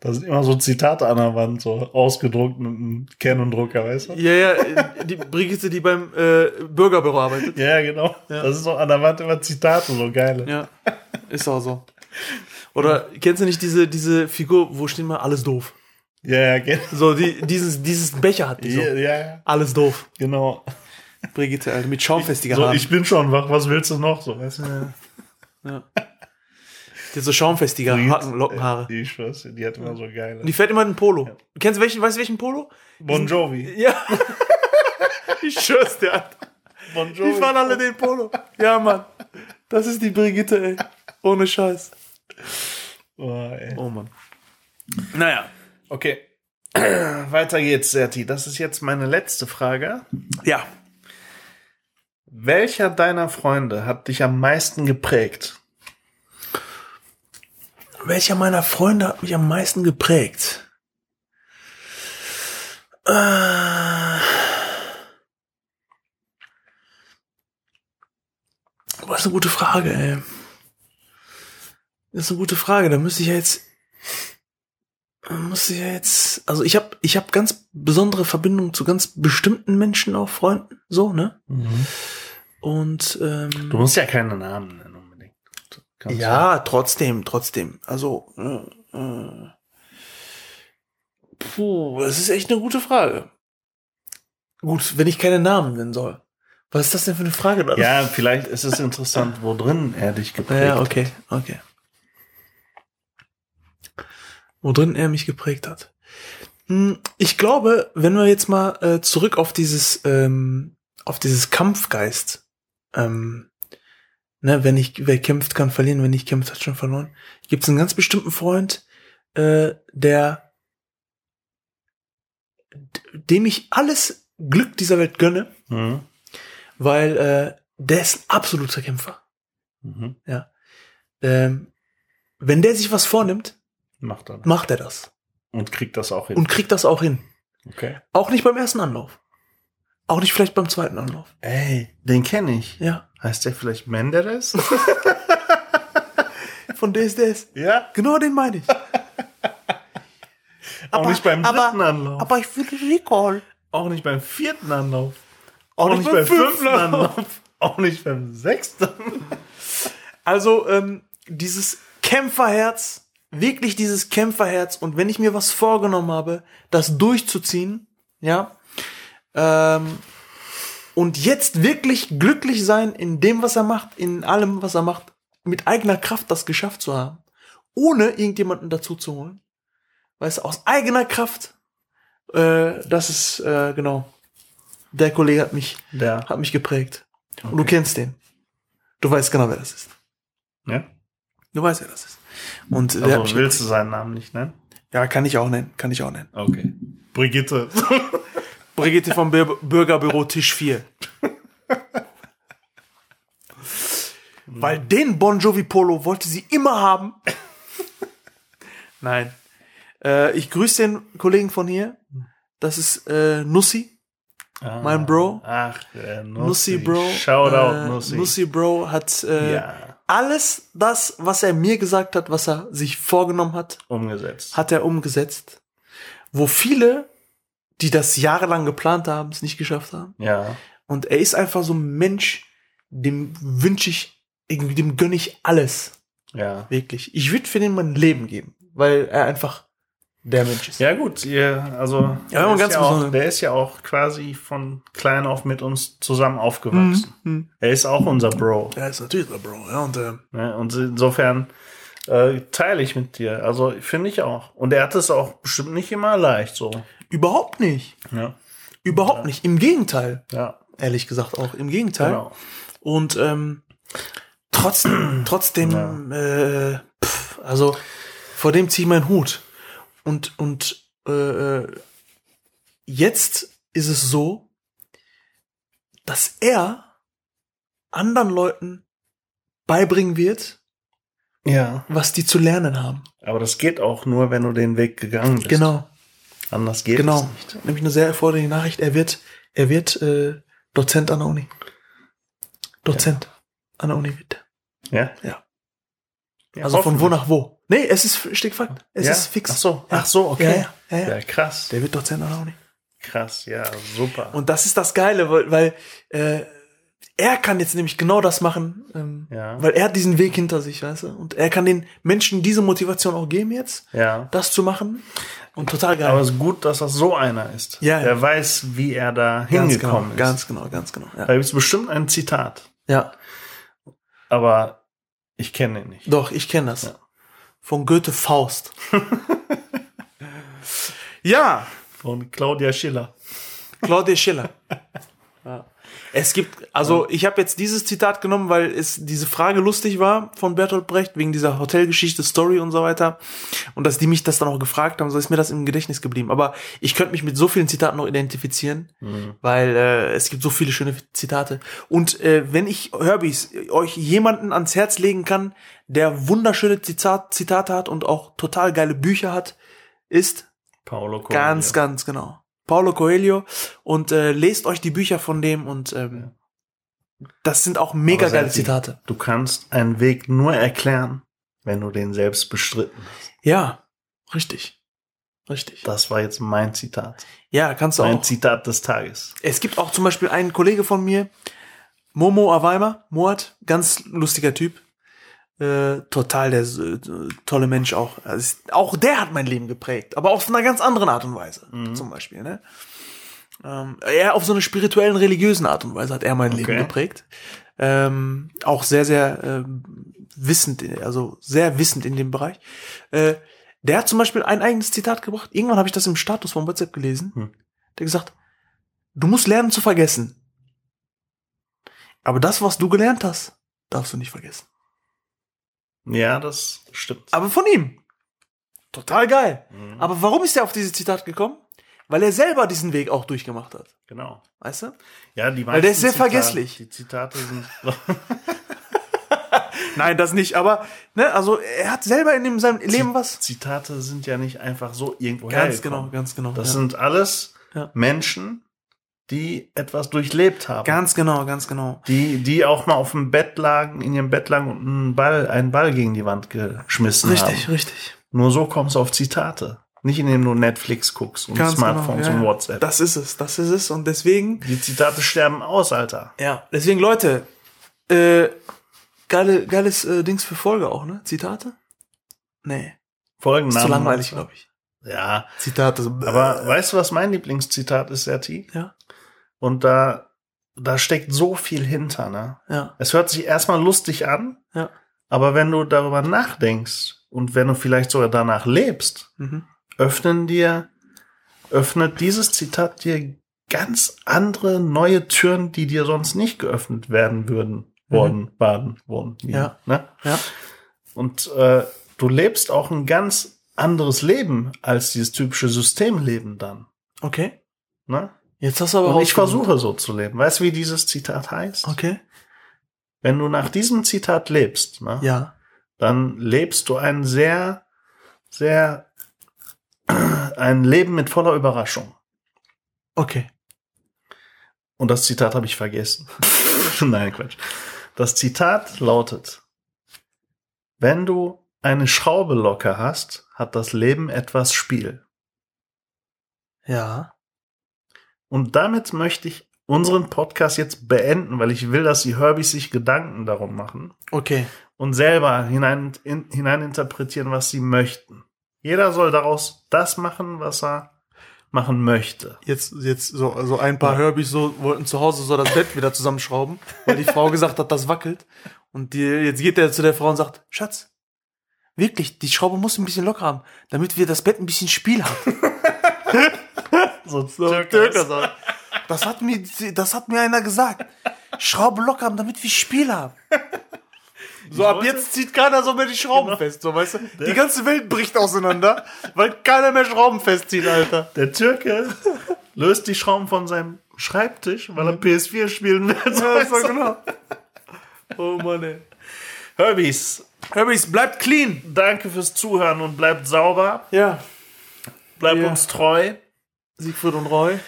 Speaker 1: Da sind immer so Zitate an der Wand, so ausgedruckt mit einem Canon-Drucker, weißt du?
Speaker 2: Ja, ja, die Brigitte, die beim äh, Bürgerbüro arbeitet.
Speaker 1: Ja, genau.
Speaker 2: Ja.
Speaker 1: Das ist so an der Wand immer Zitate, so geile.
Speaker 2: Ja, ist auch so. Oder kennst du nicht diese, diese Figur, wo steht mal alles doof?
Speaker 1: Ja, ja, gen-
Speaker 2: So, die, dieses, dieses Becher hat die so.
Speaker 1: ja, ja
Speaker 2: Alles doof.
Speaker 1: genau.
Speaker 2: Brigitte, Alter, mit schaumfestiger
Speaker 1: So,
Speaker 2: Haaren.
Speaker 1: ich bin schon wach, was willst du noch? So, weißt du?
Speaker 2: Die hat so schaumfestige
Speaker 1: Brigitte,
Speaker 2: Haken, Lockenhaare.
Speaker 1: Ich schwör's, dir, die hat immer so geile.
Speaker 2: Und die fährt immer in einen Polo. Kennst du welchen, weißt du welchen Polo?
Speaker 1: Bon Jovi.
Speaker 2: Ja. ich schwör's dir, Alter.
Speaker 1: Bon Jovi.
Speaker 2: Die fahren alle den Polo. Ja, Mann. Das ist die Brigitte, ey. Ohne Scheiß.
Speaker 1: Oh, ey.
Speaker 2: Oh, Mann. Naja.
Speaker 1: Okay. Weiter geht's, Serti. Das ist jetzt meine letzte Frage.
Speaker 2: Ja.
Speaker 1: Welcher deiner Freunde hat dich am meisten geprägt?
Speaker 2: Welcher meiner Freunde hat mich am meisten geprägt? Äh. Boah, ist eine gute Frage, ey. Das ist eine gute Frage. Da müsste ich ja jetzt. da Müsste ich ja jetzt. Also ich habe ich hab ganz besondere Verbindungen zu ganz bestimmten Menschen, auch Freunden, so, ne?
Speaker 1: Mhm.
Speaker 2: Und ähm,
Speaker 1: Du musst ja keine Namen nennen unbedingt. Du kannst-
Speaker 2: ja, trotzdem, trotzdem. Also, äh, äh, puh, das ist echt eine gute Frage. Gut, wenn ich keine Namen nennen soll. Was ist das denn für eine Frage? dann?
Speaker 1: Ja, vielleicht ist es interessant, wo drin er dich geprägt
Speaker 2: ja,
Speaker 1: hat.
Speaker 2: okay, okay. Worin er mich geprägt hat. Hm, Ich glaube, wenn wir jetzt mal äh, zurück auf dieses, ähm, auf dieses Kampfgeist, ähm, ne, wenn ich, wer kämpft, kann verlieren, wenn nicht kämpft, hat schon verloren. Gibt es einen ganz bestimmten Freund, äh, der, d- dem ich alles Glück dieser Welt gönne,
Speaker 1: Mhm.
Speaker 2: weil äh, der ist ein absoluter Kämpfer.
Speaker 1: Mhm.
Speaker 2: Ähm, wenn der sich was vornimmt,
Speaker 1: Macht er.
Speaker 2: macht er das
Speaker 1: Und kriegt das auch hin.
Speaker 2: und kriegt das auch hin.
Speaker 1: Okay.
Speaker 2: Auch nicht beim ersten Anlauf. Auch nicht vielleicht beim zweiten Anlauf.
Speaker 1: Ey, den kenne ich.
Speaker 2: Ja.
Speaker 1: Heißt der vielleicht Menderes?
Speaker 2: Von DSDS.
Speaker 1: ja.
Speaker 2: Genau den meine ich.
Speaker 1: Auch nicht beim
Speaker 2: aber,
Speaker 1: dritten Anlauf.
Speaker 2: Aber ich will Recall.
Speaker 1: Auch nicht beim vierten Anlauf.
Speaker 2: Auch,
Speaker 1: Auch nicht beim sechsten.
Speaker 2: Also ähm, dieses Kämpferherz, wirklich dieses Kämpferherz. Und wenn ich mir was vorgenommen habe, das durchzuziehen, ja, ähm, und jetzt wirklich glücklich sein in dem, was er macht, in allem, was er macht, mit eigener Kraft das geschafft zu haben, ohne irgendjemanden dazu zu holen, weißt du, aus eigener Kraft, äh, das ist äh, genau. Der Kollege hat mich
Speaker 1: Ja.
Speaker 2: hat mich geprägt. Und du
Speaker 1: Okay.
Speaker 2: kennst den. Du weißt genau, wer das ist.
Speaker 1: ja.
Speaker 2: Du weißt, wer das ist. Und der hat mich
Speaker 1: Also willst du seinen Namen nicht nennen?
Speaker 2: ja, kann ich auch nennen, kann ich auch nennen.
Speaker 1: Okay. Brigitte.
Speaker 2: Brigitte vom Bir Bürgerbüro Tisch 4. Weil den Bon Jovi Polo wollte sie immer haben. Nein. Äh, ich grüße den Kollegen von hier. Das ist äh, Nussi.
Speaker 1: Ah,
Speaker 2: Mein Bro.
Speaker 1: Ach, der Nussi.
Speaker 2: Nussi Bro.
Speaker 1: Shoutout
Speaker 2: äh,
Speaker 1: Nussi.
Speaker 2: Nussi Bro hat äh,
Speaker 1: Ja,
Speaker 2: alles das, was er mir gesagt hat, was er sich vorgenommen hat,
Speaker 1: umgesetzt.
Speaker 2: hat er umgesetzt. Wo viele, die das jahrelang geplant haben, es nicht geschafft haben.
Speaker 1: Ja.
Speaker 2: Und er ist einfach so ein Mensch, dem wünsche ich, irgendwie, dem gönne ich alles.
Speaker 1: Ja.
Speaker 2: Wirklich. Ich würde für den mein Leben geben, weil er einfach der Mensch ist.
Speaker 1: Ja, gut, ihr, also,
Speaker 2: Ja,
Speaker 1: der,
Speaker 2: ganz
Speaker 1: ist ja auch,
Speaker 2: besonders.
Speaker 1: der ist ja auch quasi von klein auf mit uns zusammen aufgewachsen.
Speaker 2: Mhm. Mhm.
Speaker 1: Er ist auch unser Bro.
Speaker 2: Er ist natürlich der Bro, ja. Und ähm,
Speaker 1: Ne? Und insofern äh, teile ich mit dir. Also finde ich auch. Und er hat es auch bestimmt nicht immer leicht so.
Speaker 2: überhaupt nicht.
Speaker 1: Ja,
Speaker 2: Überhaupt nicht. Im Gegenteil.
Speaker 1: ja
Speaker 2: Ehrlich gesagt auch. Im Gegenteil.
Speaker 1: genau.
Speaker 2: Und ähm, trotzdem, trotzdem, äh, pff, also vor dem ziehe ich meinen Hut. Und, und äh, jetzt ist es so, dass er anderen Leuten beibringen wird,
Speaker 1: Ja.
Speaker 2: was die zu lernen haben.
Speaker 1: Aber das geht auch nur, wenn du den Weg gegangen bist.
Speaker 2: Genau,
Speaker 1: Anders geht
Speaker 2: genau.
Speaker 1: es nicht.
Speaker 2: Nämlich eine sehr erfreuliche Nachricht. Er wird, er wird äh, Dozent an der Uni. Dozent an der Uni wird er.
Speaker 1: Ja.
Speaker 2: Ja.
Speaker 1: Ja,
Speaker 2: Also von wo
Speaker 1: hoffentlich.
Speaker 2: nach wo? Nee, es ist steht Fakt. Es
Speaker 1: ja?
Speaker 2: ist fix.
Speaker 1: Ach so,
Speaker 2: Ja.
Speaker 1: ach so, okay.
Speaker 2: Ja, ja, ja, ja.
Speaker 1: Ja, krass.
Speaker 2: Der wird Dozent an der Uni.
Speaker 1: Krass, ja, super.
Speaker 2: Und das ist das Geile, weil, weil äh, er kann jetzt nämlich genau das machen, ähm,
Speaker 1: ja.
Speaker 2: weil er hat diesen Weg hinter sich, weißt du? Und er kann den Menschen diese Motivation auch geben jetzt,
Speaker 1: ja.
Speaker 2: das zu machen. Und total geil.
Speaker 1: Aber es ist gut, dass das so einer ist.
Speaker 2: Ja, ja.
Speaker 1: Der weiß, wie er da
Speaker 2: ganz
Speaker 1: hingekommen
Speaker 2: genau,
Speaker 1: ist.
Speaker 2: ganz genau, ganz genau. Ja.
Speaker 1: Da gibt es bestimmt ein Zitat.
Speaker 2: ja.
Speaker 1: Aber ich kenne ihn nicht.
Speaker 2: Doch, ich kenne das.
Speaker 1: Ja.
Speaker 2: Von Goethe Faust. ja,
Speaker 1: Von Claudia Schiller.
Speaker 2: Claudia Schiller. Es gibt, also ich habe jetzt dieses Zitat genommen, weil es diese Frage lustig war von Bertolt Brecht wegen dieser Hotelgeschichte, Story und so weiter. Und dass die mich das dann auch gefragt haben, so ist mir das im Gedächtnis geblieben. Aber ich könnte mich mit so vielen Zitaten noch identifizieren,
Speaker 1: Hm,
Speaker 2: weil äh, es gibt so viele schöne Zitate. Und äh, wenn ich, Herbys, euch jemanden ans Herz legen kann, der wunderschöne Zitat, Zitate hat und auch total geile Bücher hat, ist
Speaker 1: Paolo Coelho.
Speaker 2: Ganz, ganz genau. Paulo Coelho und äh, lest euch die Bücher von dem und ähm, das sind auch mega
Speaker 1: Aber
Speaker 2: geile
Speaker 1: seid ihr-
Speaker 2: Zitate.
Speaker 1: Du kannst einen Weg nur erklären, wenn du den selbst bestritten hast.
Speaker 2: Ja, richtig. Richtig.
Speaker 1: Das war jetzt mein Zitat.
Speaker 2: Ja, kannst du
Speaker 1: Mein
Speaker 2: auch.
Speaker 1: Zitat des Tages.
Speaker 2: Es gibt auch zum Beispiel einen Kollege von mir, Momo Aweimer, Moat, ganz lustiger Typ. Äh, total der äh, tolle Mensch auch. Also, ist- auch der hat mein Leben geprägt, aber auf einer ganz anderen Art und Weise,
Speaker 1: Mhm.
Speaker 2: zum Beispiel. Ne? Ähm, eher auf so eine spirituellen, religiösen Art und Weise hat er mein Leben
Speaker 1: Okay.
Speaker 2: geprägt. Ähm, auch sehr, sehr äh, wissend, also sehr wissend in dem Bereich. Äh, der hat zum Beispiel ein eigenes Zitat gebracht. Irgendwann habe ich das im Status von WhatsApp gelesen.
Speaker 1: Hm.
Speaker 2: Der gesagt, du musst lernen zu vergessen. Aber das, was du gelernt hast, darfst du nicht vergessen.
Speaker 1: Ja, das stimmt.
Speaker 2: Aber von ihm. Total geil.
Speaker 1: Mhm.
Speaker 2: Aber warum ist er auf dieses Zitat gekommen? Weil er selber diesen Weg auch durchgemacht hat.
Speaker 1: Genau.
Speaker 2: Weißt du?
Speaker 1: Ja, die
Speaker 2: Weil der
Speaker 1: meisten
Speaker 2: ist sehr
Speaker 1: Zitate-
Speaker 2: vergesslich.
Speaker 1: Die Zitate sind.
Speaker 2: Nein, das nicht, aber, ne, also er hat selber in dem, seinem Leben was.
Speaker 1: Zitate sind ja nicht einfach so irgendwo
Speaker 2: Ganz
Speaker 1: hergekommen.
Speaker 2: genau, ganz genau.
Speaker 1: Das
Speaker 2: ja.
Speaker 1: sind alles
Speaker 2: Ja.
Speaker 1: Menschen, die etwas durchlebt haben.
Speaker 2: Ganz genau, ganz genau.
Speaker 1: Die, die auch mal auf dem Bett lagen, in ihrem Bett lagen und einen Ball, einen Ball gegen die Wand geschmissen haben.
Speaker 2: Richtig, richtig.
Speaker 1: Nur so kommst du auf Zitate. Nicht indem du Netflix guckst und
Speaker 2: Ganz
Speaker 1: Smartphones
Speaker 2: genau, ja,
Speaker 1: und
Speaker 2: ja.
Speaker 1: WhatsApp.
Speaker 2: Das ist es, das ist es. Und deswegen
Speaker 1: die Zitate sterben aus, Alter.
Speaker 2: Ja, deswegen Leute, äh, geile, geiles äh, Dings für Folge auch, ne? Zitate? Nee, ist
Speaker 1: Folgennamen.
Speaker 2: zu langweilig, glaube ich.
Speaker 1: Ja,
Speaker 2: Zitate. So,
Speaker 1: aber weißt du, was mein Lieblingszitat ist, Serti?
Speaker 2: Ja.
Speaker 1: Und da, da steckt so viel hinter, ne?
Speaker 2: ja,
Speaker 1: Es hört sich erstmal lustig an,
Speaker 2: Ja.
Speaker 1: aber wenn du darüber nachdenkst und wenn du vielleicht sogar danach lebst,
Speaker 2: mhm.
Speaker 1: öffnen dir, öffnet dieses Zitat dir ganz andere neue Türen, die dir sonst nicht geöffnet werden würden, worden, waren, worden.
Speaker 2: Mhm. Ja.
Speaker 1: Ne?
Speaker 2: ja,
Speaker 1: Und äh, du lebst auch ein ganz anderes Leben als dieses typische Systemleben dann.
Speaker 2: okay.
Speaker 1: Ne?
Speaker 2: Jetzt hast du aber
Speaker 1: Und ich
Speaker 2: rausgesucht.
Speaker 1: versuche so zu leben. Weißt du, wie dieses Zitat heißt?
Speaker 2: Okay,
Speaker 1: Wenn du nach diesem Zitat lebst, ne,
Speaker 2: ja,
Speaker 1: dann lebst du ein sehr, sehr, ein Leben mit voller Überraschung.
Speaker 2: okay.
Speaker 1: Und das Zitat habe ich vergessen. Nein, Quatsch. Das Zitat lautet, wenn du eine Schraube locker hast, hat das Leben etwas Spiel.
Speaker 2: Ja,
Speaker 1: Und damit möchte ich unseren Podcast jetzt beenden, weil ich will, dass die Herbys sich Gedanken darum machen
Speaker 2: okay.
Speaker 1: und selber hinein, in, hineininterpretieren, was sie möchten. Jeder soll daraus das machen, was er machen möchte.
Speaker 2: Jetzt, jetzt so, also ein paar Herbies so wollten zu Hause so das Bett wieder zusammenschrauben, weil die Frau gesagt hat, das wackelt. Und die, jetzt geht er zu der Frau und sagt, Schatz, wirklich, die Schraube muss ein bisschen locker haben, damit wir das Bett ein bisschen Spiel haben.
Speaker 1: So,
Speaker 2: So ein Türke so. Das hat mir, das hat mir einer gesagt. Schraube locker haben, damit wir Spiel haben. So, ab
Speaker 1: wollte-
Speaker 2: jetzt zieht keiner so mehr die Schrauben
Speaker 1: Genau.
Speaker 2: fest, so weißt du? Die ganze Welt bricht auseinander, weil keiner mehr Schrauben festzieht, Alter.
Speaker 1: Der Türke löst die Schrauben von seinem Schreibtisch, weil er PS4 spielen will.
Speaker 2: Ja, so genau. Oh Mann, ey.
Speaker 1: Herbys,
Speaker 2: Herbies, bleibt clean.
Speaker 1: danke fürs Zuhören und bleibt sauber,
Speaker 2: Ja.
Speaker 1: bleibt
Speaker 2: Ja.
Speaker 1: uns treu.
Speaker 2: Siegfried und Roy.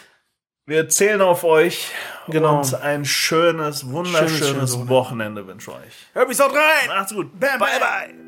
Speaker 1: Wir zählen auf euch
Speaker 2: Genau.
Speaker 1: und ein schönes, wunderschönes
Speaker 2: Schönes, schönes
Speaker 1: Wochenende wünsche ich euch.
Speaker 2: Herbies, haut rein.
Speaker 1: Macht's gut. Bye, bye.